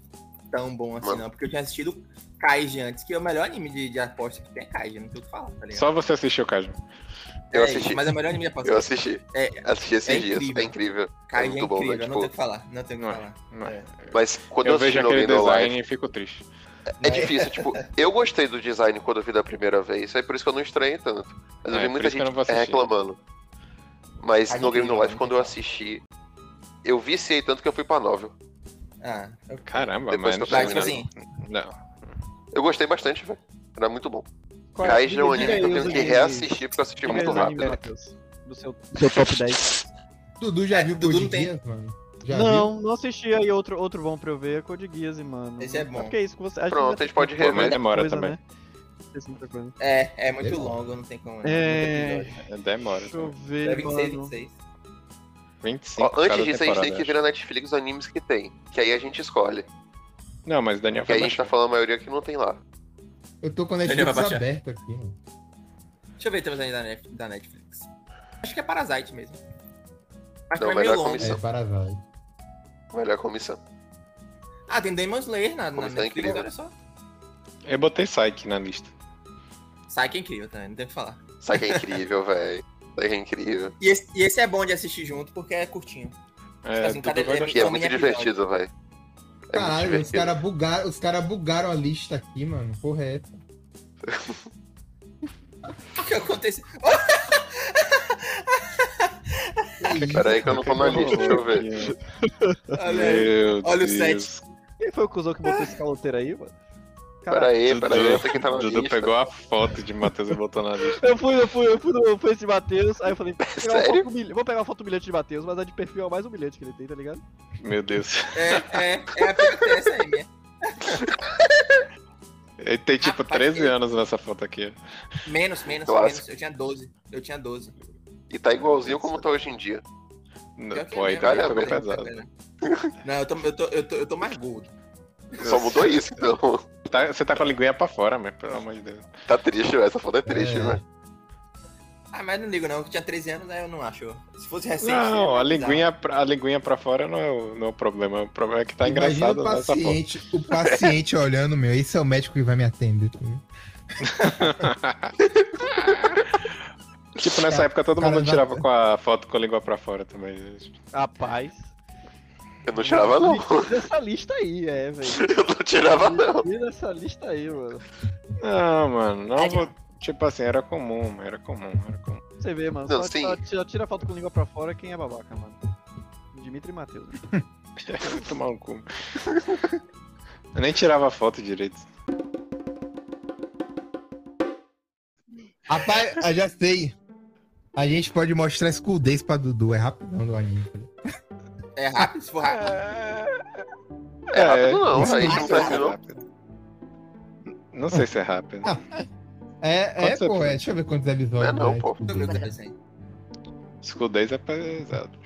Speaker 4: tão bom assim,
Speaker 2: Mano.
Speaker 4: não. Porque eu tinha assistido Kaiji antes, que é o melhor anime de, de aposta que tem é Kaiji, não tem o que falar, tá ligado?
Speaker 1: Só você assistiu, Caju.
Speaker 2: Eu
Speaker 4: É,
Speaker 2: assisti.
Speaker 4: Mas é o melhor anime de
Speaker 2: *laughs*
Speaker 4: aposta.
Speaker 2: Eu assisti.
Speaker 4: É,
Speaker 2: Assisti esses
Speaker 4: É
Speaker 2: dias.
Speaker 4: incrível.
Speaker 2: É incrível.
Speaker 4: Kaiji é
Speaker 2: muito bom,
Speaker 4: incrível,
Speaker 2: velho,
Speaker 4: não
Speaker 2: tipo-
Speaker 4: tem o que falar, não tem o que
Speaker 1: Não é.
Speaker 4: falar.
Speaker 1: Não é.
Speaker 2: Mas quando eu,
Speaker 1: Eu
Speaker 2: assisti
Speaker 1: vejo
Speaker 2: No
Speaker 1: aquele
Speaker 2: Game No Life.
Speaker 1: design e fico triste.
Speaker 2: É difícil, tipo, eu gostei do design quando eu vi da primeira vez, é por isso que eu não estranhei tanto. Mas eu
Speaker 1: É,
Speaker 2: vi
Speaker 1: por
Speaker 2: muita
Speaker 1: isso que eu não
Speaker 2: gente
Speaker 1: vou assistir.
Speaker 2: reclamando. Mas
Speaker 4: Ai,
Speaker 2: no Game
Speaker 4: incrível,
Speaker 2: No Life,
Speaker 4: né?
Speaker 2: quando eu assisti, eu viciei tanto que eu fui pra novel.
Speaker 4: Ah, eu...
Speaker 1: Caramba,
Speaker 2: Depois
Speaker 1: mas
Speaker 2: que
Speaker 1: não
Speaker 2: eu
Speaker 4: Tá,
Speaker 2: Mas,
Speaker 1: termina.
Speaker 4: tipo assim,
Speaker 1: Não.
Speaker 2: Eu gostei bastante, velho. Era muito bom.
Speaker 3: Qual é-
Speaker 2: Kaiji é um
Speaker 3: diga-
Speaker 2: anime que
Speaker 3: diga
Speaker 2: eu
Speaker 3: aí
Speaker 2: tenho
Speaker 3: os
Speaker 2: que
Speaker 3: animes-
Speaker 2: reassistir porque eu assisti
Speaker 3: diga aí
Speaker 2: muito
Speaker 3: os animes,
Speaker 2: rápido.
Speaker 3: Matheus, Do seu, seu top 10.
Speaker 5: Dudu já
Speaker 4: É,
Speaker 5: viu
Speaker 4: Dudu
Speaker 5: Code
Speaker 4: não tem-
Speaker 5: Geass, mano? Já
Speaker 3: não, não assisti aí outro, outro bom pra eu ver, é Code Geass, mano.
Speaker 4: Esse é bom.
Speaker 3: Porque é isso que você...
Speaker 2: Pronto, a gente pode rever.
Speaker 1: Mas demora também.
Speaker 3: Né? Tem muita coisa.
Speaker 4: é, é muito
Speaker 5: Legal.
Speaker 4: longo, não tem como.
Speaker 3: É.
Speaker 4: muito episódio.
Speaker 1: Demora.
Speaker 3: Deixa eu
Speaker 4: É
Speaker 3: ver,
Speaker 4: 26,
Speaker 3: mano.
Speaker 4: 26.
Speaker 2: Ó,
Speaker 1: 25 cada
Speaker 2: antes disso, a gente tem
Speaker 1: temporada.
Speaker 2: que ver na Netflix os animes que tem. Que aí a gente escolhe.
Speaker 1: Não, mas o Daniel
Speaker 2: Que aí
Speaker 1: foi
Speaker 2: a gente tá
Speaker 1: baixar.
Speaker 2: falando a maioria que não tem lá.
Speaker 5: Eu tô com a
Speaker 4: Daniel vai
Speaker 5: Netflix
Speaker 4: baixar.
Speaker 5: aberta aqui, mano.
Speaker 4: Deixa eu ver também da Net- da Netflix. Acho que é Parasite mesmo. Acho
Speaker 2: Não,
Speaker 4: que é
Speaker 2: melhor
Speaker 4: meio longo.
Speaker 2: comissão.
Speaker 5: É, Parasite.
Speaker 2: Melhor comissão.
Speaker 4: Ah, tem Demon Slayer na, na
Speaker 2: Comissão
Speaker 4: Netflix,
Speaker 2: é incrível.
Speaker 4: olha só.
Speaker 1: Eu botei Psyche na lista.
Speaker 4: Psyche é incrível também, não tem o que falar.
Speaker 2: Sabe que é incrível, *laughs* velho. Sabe que é incrível.
Speaker 4: E esse, e esse é bom de assistir junto, porque é curtinho. *laughs*
Speaker 1: É,
Speaker 4: assim,
Speaker 1: Dudu
Speaker 4: cada
Speaker 1: vai
Speaker 4: episódio-
Speaker 1: gostar.
Speaker 2: E é
Speaker 4: Então,
Speaker 2: muito
Speaker 4: minha
Speaker 2: divertido, velho. É muito
Speaker 5: Caralho, os
Speaker 2: divertido.
Speaker 5: caras bugaram, os cara bugaram a lista aqui, mano. Porra, é.
Speaker 4: O que aconteceu?
Speaker 5: Que isso,
Speaker 2: Peraí que eu não tô na lista, deixa eu ver.
Speaker 4: Olha aí.
Speaker 1: Meu
Speaker 4: né? Olha o
Speaker 1: Deus.
Speaker 4: sete.
Speaker 3: Quem foi o cuzão que botou esse caloteiro aí, mano? Caralho.
Speaker 2: Peraí, peraí,
Speaker 1: Dudu,
Speaker 2: essa aqui tá na
Speaker 1: Dudu
Speaker 2: lista.
Speaker 1: pegou a foto de Matheus e botou na lista.
Speaker 3: Eu fui, eu fui, eu fui, no- eu fui esse Matheus, aí
Speaker 2: *laughs*
Speaker 3: eu falei, vou pegar, uma
Speaker 2: Sério?
Speaker 3: foto humilha- vou pegar uma foto humilhante de Matheus, mas a de perfil é o mais humilhante que ele tem, tá ligado?
Speaker 1: Meu Deus.
Speaker 4: É, é, é a pior que é essa aí, né?
Speaker 1: Ele tem tipo
Speaker 4: Rapaz,
Speaker 1: 13
Speaker 4: que-
Speaker 1: anos nessa foto aqui.
Speaker 4: Menos, menos,
Speaker 2: Clássico.
Speaker 4: menos. Eu tinha 12. Eu tinha 12.
Speaker 2: E tá igualzinho como tá hoje em dia.
Speaker 4: Pior que
Speaker 1: Pô,
Speaker 4: é né?
Speaker 1: aí Dudu
Speaker 2: olha,
Speaker 4: mesmo, eu
Speaker 1: pegou
Speaker 4: tenho
Speaker 1: pesado.
Speaker 4: certeza. Não, eu tô, eu, tô, eu, tô, eu tô mais gordo.
Speaker 2: Só mudou isso, então. *laughs*
Speaker 1: Tá- você tá com a linguinha pra fora, mas pelo amor de Deus.
Speaker 2: Tá triste, velho. Essa foto é triste,
Speaker 5: É.
Speaker 2: velho.
Speaker 4: Ah, mas não ligo não, que tinha 13 anos, aí eu não acho. Se fosse recente.
Speaker 1: não,
Speaker 4: ia
Speaker 1: a
Speaker 4: avisar.
Speaker 1: linguinha, pra, a linguinha pra fora não é, o, não é o problema. O problema é que tá
Speaker 5: Imagina
Speaker 1: engraçado
Speaker 5: o
Speaker 1: nessa foto.
Speaker 5: paciente, o paciente olhando, meu, esse é o médico que vai me atender. tá
Speaker 1: Tipo, nessa época todo
Speaker 5: Cara,
Speaker 1: mundo
Speaker 5: já-
Speaker 1: tirava com a foto com a língua pra fora também.
Speaker 3: Rapaz.
Speaker 2: Eu não tirava, não.
Speaker 3: Me tira Essa lista aí, é, velho.
Speaker 2: *laughs* Eu não tirava, não.
Speaker 3: Me tira Essa lista aí, mano.
Speaker 1: Não, mano, não
Speaker 7: É,
Speaker 1: vou. Tipo assim, era comum, era comum, era comum. *laughs*
Speaker 3: Você vê, mano.
Speaker 2: Não,
Speaker 3: só,
Speaker 2: sim.
Speaker 3: só tira, tira foto com língua pra fora quem é babaca, mano. Dimitri e Matheus.
Speaker 1: Tomar um cu. Eu nem tirava foto direito.
Speaker 5: Rapaz, eu já sei. A gente pode mostrar esse escudez pra Dudu, é rapidão do anime.
Speaker 4: É rápido, se for
Speaker 1: Ah,
Speaker 4: rápido.
Speaker 2: É rápido, não,
Speaker 5: isso
Speaker 2: velho.
Speaker 5: não
Speaker 2: Não
Speaker 5: é
Speaker 2: tá assim, não.
Speaker 1: Não sei se é rápido.
Speaker 5: Ah. É, é,
Speaker 1: Quantos
Speaker 5: pô, é,
Speaker 1: episódios?
Speaker 5: deixa eu ver quantos episódios.
Speaker 2: Não é não,
Speaker 5: vai,
Speaker 2: pô.
Speaker 4: Deixa eu ver o que tá
Speaker 5: Scudez.
Speaker 4: acontecendo.
Speaker 1: School Days é pesado.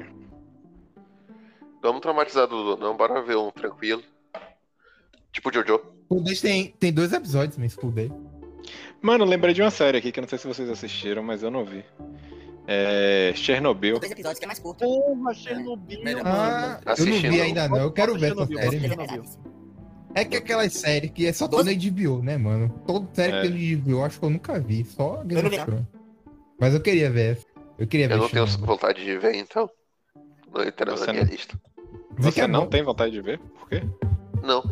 Speaker 2: Vamos traumatizar Dudu, não. Bora ver um tranquilo. Tipo Jojo.
Speaker 5: Scudez tem, tem dois episódios, né, meu, escudez.
Speaker 1: Mano, eu lembrei de uma série aqui que eu não sei se vocês assistiram, mas eu não vi. É. Chernobyl.
Speaker 7: Dois episódios que é mais curto.
Speaker 3: Porra, Chernobyl,
Speaker 4: Melhor.
Speaker 1: Tá
Speaker 5: Ah, eu não
Speaker 2: Assistindo.
Speaker 5: vi ainda não, eu quero ver essa
Speaker 3: Chernobyl,
Speaker 5: série.
Speaker 3: Chernobyl.
Speaker 5: meu. É que aquelas séries que é só
Speaker 4: Doze?
Speaker 5: tendo HBO, né, mano? Toda série
Speaker 1: É.
Speaker 5: que tem HBO, eu acho que eu nunca vi, só
Speaker 4: Eu
Speaker 5: Game
Speaker 4: não
Speaker 5: of
Speaker 4: vi.
Speaker 5: Thrones. Mas eu queria ver essa. Eu queria ver.
Speaker 2: Eu não tenho
Speaker 5: Chernobyl.
Speaker 2: vontade de ver, então. Não entra
Speaker 1: Você
Speaker 2: na minha
Speaker 1: não-
Speaker 2: lista.
Speaker 5: Diz que
Speaker 1: Você
Speaker 5: é
Speaker 1: não
Speaker 5: bom.
Speaker 1: tem vontade de ver? Por quê?
Speaker 2: Não.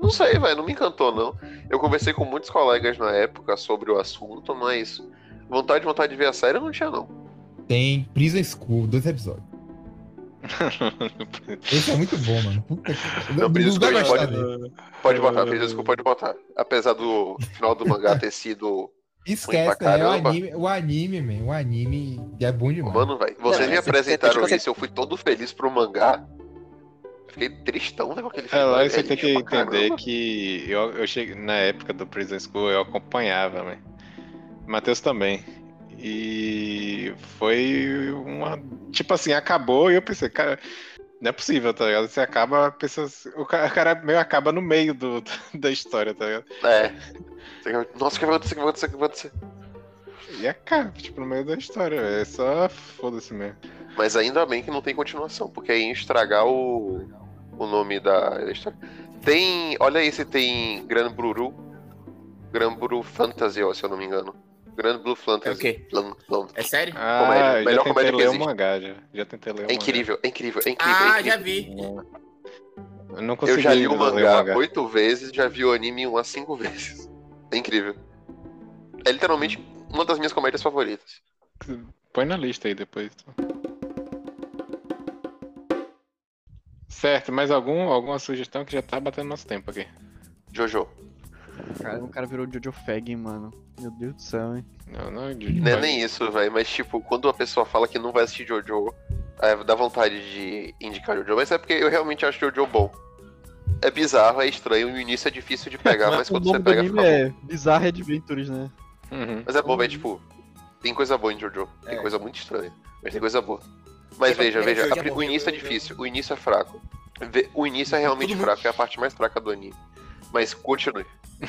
Speaker 2: Não sei, velho. Não me encantou, não. Eu conversei com muitos colegas na época sobre o assunto, mas vontade, vontade de ver a série eu não tinha, não.
Speaker 5: Tem Prison School,
Speaker 2: *laughs*
Speaker 5: dois episódios. Esse é muito bom, mano. Puta que
Speaker 2: Não, Prison
Speaker 5: Dudu vai
Speaker 2: School é
Speaker 5: gostar
Speaker 2: pode-
Speaker 5: dele.
Speaker 2: Pode botar, Cris, desculpa, pode botar. Apesar do final do mangá ter sido.
Speaker 5: Esquece,
Speaker 2: pra
Speaker 5: é o
Speaker 2: caramba.
Speaker 5: anime, o anime, man, o anime é bom demais.
Speaker 2: Mano, velho, vocês
Speaker 7: Não,
Speaker 2: me
Speaker 7: você-
Speaker 2: apresentaram
Speaker 7: você-
Speaker 2: isso, eu fui todo feliz pro mangá. Fiquei tristão, né, com aquele
Speaker 1: É, lá
Speaker 2: velho,
Speaker 1: você tem que
Speaker 2: pra caramba.
Speaker 1: entender que eu, eu cheguei na época do Prison School, eu acompanhava, né? Matheus também. E foi uma. Tipo assim, acabou e eu pensei, cara, não é possível, tá ligado? Você acaba, pensa, assim- o ca- o cara meio acaba no meio do, *laughs* da história, tá ligado?
Speaker 2: É. Você- Nossa, o que vai acontecer? O que vai acontecer? O que vai acontecer?
Speaker 1: E acaba, tipo, no meio da história, velho. é só foda-se mesmo.
Speaker 2: Mas ainda bem que não tem continuação, porque aí ia estragar o, o nome da da história. Tem. Olha aí se tem Gran Bruru. Gran Bruru Fantasy, ó, se eu não me engano. Gran Blue
Speaker 4: É o
Speaker 2: Fantasy.
Speaker 4: quê?
Speaker 2: Lan- Lan-
Speaker 4: É sério?
Speaker 1: Ah,
Speaker 2: Comédia,
Speaker 1: eu
Speaker 2: melhor
Speaker 1: já tentei
Speaker 2: comédia que
Speaker 1: ler o
Speaker 2: existe.
Speaker 1: mangá, já. Já tentei ler o
Speaker 2: É incrível, é incrível, é incrível. é
Speaker 4: Ah,
Speaker 2: incrível.
Speaker 4: já vi.
Speaker 1: mangá. Eu não consegui
Speaker 2: Eu já li
Speaker 1: ainda
Speaker 2: o
Speaker 1: ler
Speaker 2: mangá oito vezes, já vi o anime umas cinco *laughs* vezes. É incrível. É literalmente uma das minhas comédias favoritas.
Speaker 1: Põe na lista aí depois. Certo, mais algum, alguma sugestão que já tá batendo nosso tempo aqui.
Speaker 2: Jojo.
Speaker 3: Cara, o cara virou Jojo Fag, mano. Meu Deus do céu, hein?
Speaker 1: Não, não,
Speaker 2: Não é nem isso, velho, mas tipo, quando a pessoa fala que não vai assistir Jojo, é, dá vontade de indicar Jojo, mas é porque eu realmente acho Jojo bom. É bizarro, é estranho, no início é difícil de pegar, mas
Speaker 3: o
Speaker 2: quando
Speaker 3: nome
Speaker 2: você pega
Speaker 3: do
Speaker 2: fica
Speaker 3: anime
Speaker 2: bom.
Speaker 3: é Bizarre Adventures, né?
Speaker 1: Uhum.
Speaker 2: Mas é bom, velho, tipo, tem coisa boa em Jojo, tem
Speaker 4: É.
Speaker 2: coisa muito estranha, mas tem coisa boa. Mas
Speaker 4: Tem
Speaker 2: veja,
Speaker 4: uma-
Speaker 2: veja,
Speaker 4: Jojo
Speaker 2: a pri-
Speaker 4: é bom, Uhum.
Speaker 2: o início é
Speaker 4: Jojo-
Speaker 2: difícil, o início é fraco. Ve- O início é realmente
Speaker 4: Todo mundo-
Speaker 2: fraco, é a parte mais fraca do anime. Mas continue.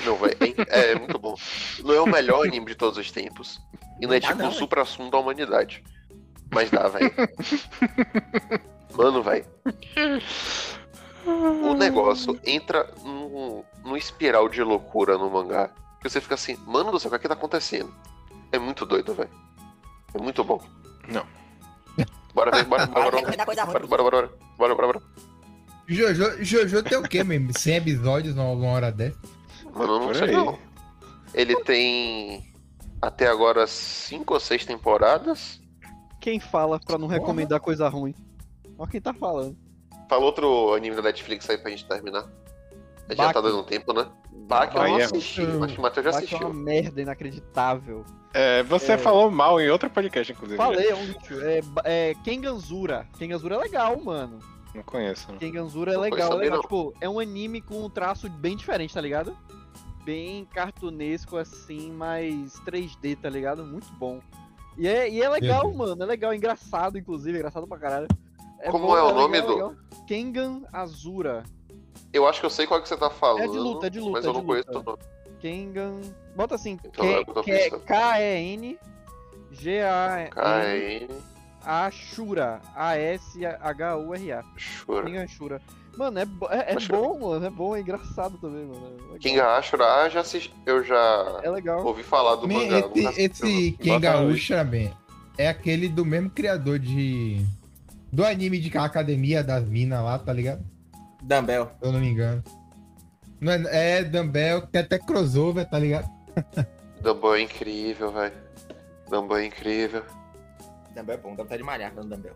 Speaker 2: Não, velho, é, é muito bom. Não é o melhor anime de todos os tempos. E não é
Speaker 4: Dá
Speaker 2: tipo
Speaker 4: não,
Speaker 2: o
Speaker 4: véi.
Speaker 2: supra-sumo da humanidade. Mas dá, velho. Mano, velho. O negócio entra num, num espiral de loucura no mangá. Que você fica assim, mano do céu, o que tá acontecendo? É muito doido, velho. É muito bom.
Speaker 1: Não.
Speaker 2: Bora ver, bora, bora, bora.
Speaker 7: é
Speaker 8: Vai dar coisa
Speaker 2: Bora,
Speaker 8: ruim.
Speaker 2: bora, bora. Bora, bora, bora.
Speaker 5: Jojo, Jojo tem o quê mesmo? 100 episódios numa hora dessa?
Speaker 2: Mano, eu não
Speaker 1: Por
Speaker 2: sei
Speaker 1: aí.
Speaker 2: não. Ele tem até agora cinco ou seis temporadas.
Speaker 3: Quem fala pra não recomendar coisa ruim? Olha quem tá falando.
Speaker 2: Fala outro anime da Netflix aí pra gente terminar. A gente já tá
Speaker 3: Baki.
Speaker 2: dando tempo, né? Baki eu
Speaker 1: Aí
Speaker 2: não
Speaker 1: é
Speaker 2: assisti,
Speaker 3: ruim.
Speaker 2: mas o Matheus já
Speaker 3: Bate é uma
Speaker 2: assistiu.
Speaker 3: merda inacreditável.
Speaker 1: É, você
Speaker 3: É.
Speaker 1: falou mal em outro podcast, inclusive.
Speaker 3: Falei, é um lixo. É, ba- é Kenganzura. Kenganzura é legal, mano.
Speaker 1: Não conheço. Não.
Speaker 3: Kenganzura é
Speaker 2: Não conheço
Speaker 3: legal, é
Speaker 2: também
Speaker 3: legal.
Speaker 2: não.
Speaker 3: Tipo, é um anime com um traço bem diferente, tá ligado? Bem cartunesco, assim, mas 3D, tá ligado? Muito bom. E é, e é legal,
Speaker 5: Deus.
Speaker 3: mano. É legal, é engraçado, inclusive, é engraçado pra caralho.
Speaker 2: Como é o nome do-
Speaker 3: do. Kengan Azura.
Speaker 2: Eu acho que eu sei qual que você tá falando.
Speaker 3: de luta, é de luta,
Speaker 2: Mas
Speaker 3: é
Speaker 2: eu
Speaker 3: de
Speaker 2: não conheço
Speaker 3: luta.
Speaker 2: o nome.
Speaker 3: Kengan. Bota assim.
Speaker 2: Então é o que eu tô
Speaker 3: Ke- Ke-
Speaker 2: pensando.
Speaker 3: K-E-N. G-A-N.
Speaker 2: Caim
Speaker 3: Ashura. A-S-H-U-R-A.
Speaker 2: Shura.
Speaker 3: Kengan Ashura. Mano, é, bo- é, é
Speaker 2: Ashura.
Speaker 3: bom, mano. É bom, é engraçado também, mano. É legal.
Speaker 2: Kinga Ashura, ah, já assisti. Eu já
Speaker 3: É legal.
Speaker 2: ouvi falar do
Speaker 5: Man,
Speaker 2: mangá. nunca
Speaker 5: esse
Speaker 2: assisti,
Speaker 5: esse
Speaker 1: Bota
Speaker 5: Ken
Speaker 1: aí.
Speaker 5: Gaúcha, man, é aquele do mesmo criador de. Do anime de academia das minas lá, tá ligado?
Speaker 4: Dumbbell.
Speaker 5: Se eu não me engano. Não é, é Dumbbell, tem até crossover, tá ligado?
Speaker 2: não. Dumbo é incrível, velho. Dumbo é incrível.
Speaker 4: Dumbbell é bom, dá vontade de malhar no Dumbbell.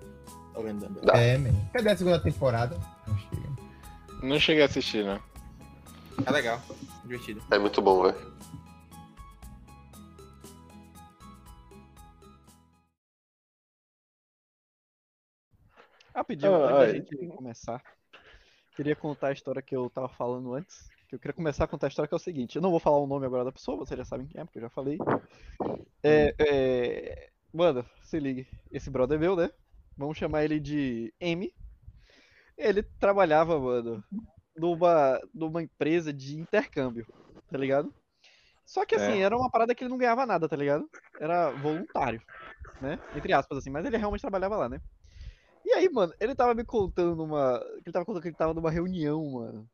Speaker 4: Tô vendo Dumbbell.
Speaker 1: Tá.
Speaker 2: Dá.
Speaker 5: É, man. Cadê a segunda temporada? Não chega.
Speaker 1: não cheguei a assistir, não.
Speaker 4: É legal, divertido.
Speaker 2: É muito bom, velho.
Speaker 3: Rapidinho,
Speaker 1: Ah,
Speaker 3: antes da
Speaker 1: ai.
Speaker 3: gente começar. Queria contar a história que eu tava falando antes. Que eu queria começar a contar a história que é o seguinte. Eu não vou falar o nome agora da pessoa, vocês já sabem quem é, porque eu já falei. É, é... Mano, se ligue. Esse brother é meu, né? Vamos chamar ele de M. Ele trabalhava, mano, numa, numa empresa de intercâmbio, tá ligado? Só que assim, era uma parada que ele não ganhava nada, tá ligado? Era voluntário, né? Entre aspas, assim, mas ele realmente trabalhava lá, né? E aí, mano, ele tava me contando numa. Ele tava contando que ele tava numa reunião, mano.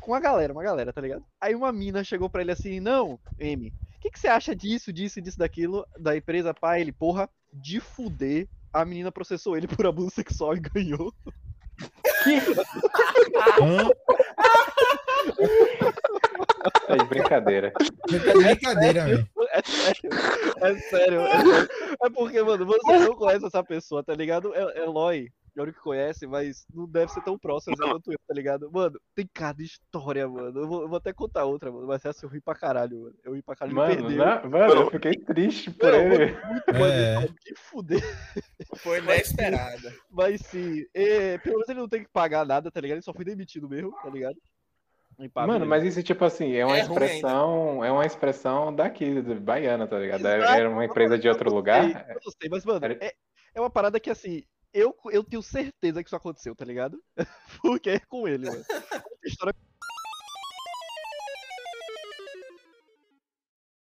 Speaker 3: Com uma galera, uma galera, tá ligado? Aí uma mina chegou pra ele assim, não, M, o que, que você acha disso, disso, disso, daquilo, da empresa, pá, ele, porra, de fuder, a menina processou ele *laughs* por abuso sexual e ganhou.
Speaker 5: Hã?
Speaker 6: Tá de
Speaker 2: *laughs*
Speaker 6: brincadeira.
Speaker 5: Você tá de brincadeira, man.
Speaker 3: É sério, é sério, é *laughs* sério. É porque, mano, você não conhece essa pessoa, tá ligado? É, é Eloy, é o único que conhece, mas não deve ser tão próximo
Speaker 6: Então-
Speaker 3: assim quanto eu, tá ligado? Mano, tem cada história, mano. Eu vou, eu vou até contar outra, mano. Mas essa eu ri pra caralho, mano. Eu ri pra caralho, ele
Speaker 1: Mano,
Speaker 3: perdeu.
Speaker 6: não, mano, né? eu
Speaker 2: Não.
Speaker 6: fiquei triste por
Speaker 3: Não,
Speaker 6: ele.
Speaker 3: mano, muito mano,
Speaker 5: É.
Speaker 3: ele tá de fuder.
Speaker 4: Foi inesperada.
Speaker 3: Mas sim, é, pelo menos ele não tem que pagar nada, tá ligado? Ele só foi demitido mesmo, tá ligado? Ele paga
Speaker 6: Mano,
Speaker 3: mesmo.
Speaker 6: mas isso, tipo assim, é uma
Speaker 4: É ruim ainda.
Speaker 6: expressão. É uma expressão daqui, do baiana, tá ligado?
Speaker 3: Exato.
Speaker 6: Era uma empresa de outro
Speaker 3: Eu não
Speaker 6: lugar.
Speaker 3: sei, eu não sei, mas, mano,
Speaker 6: Era-
Speaker 3: é, é uma parada que, assim, *laughs* eu, eu tenho certeza que isso aconteceu, tá ligado? Porque é com ele, mano. Outra história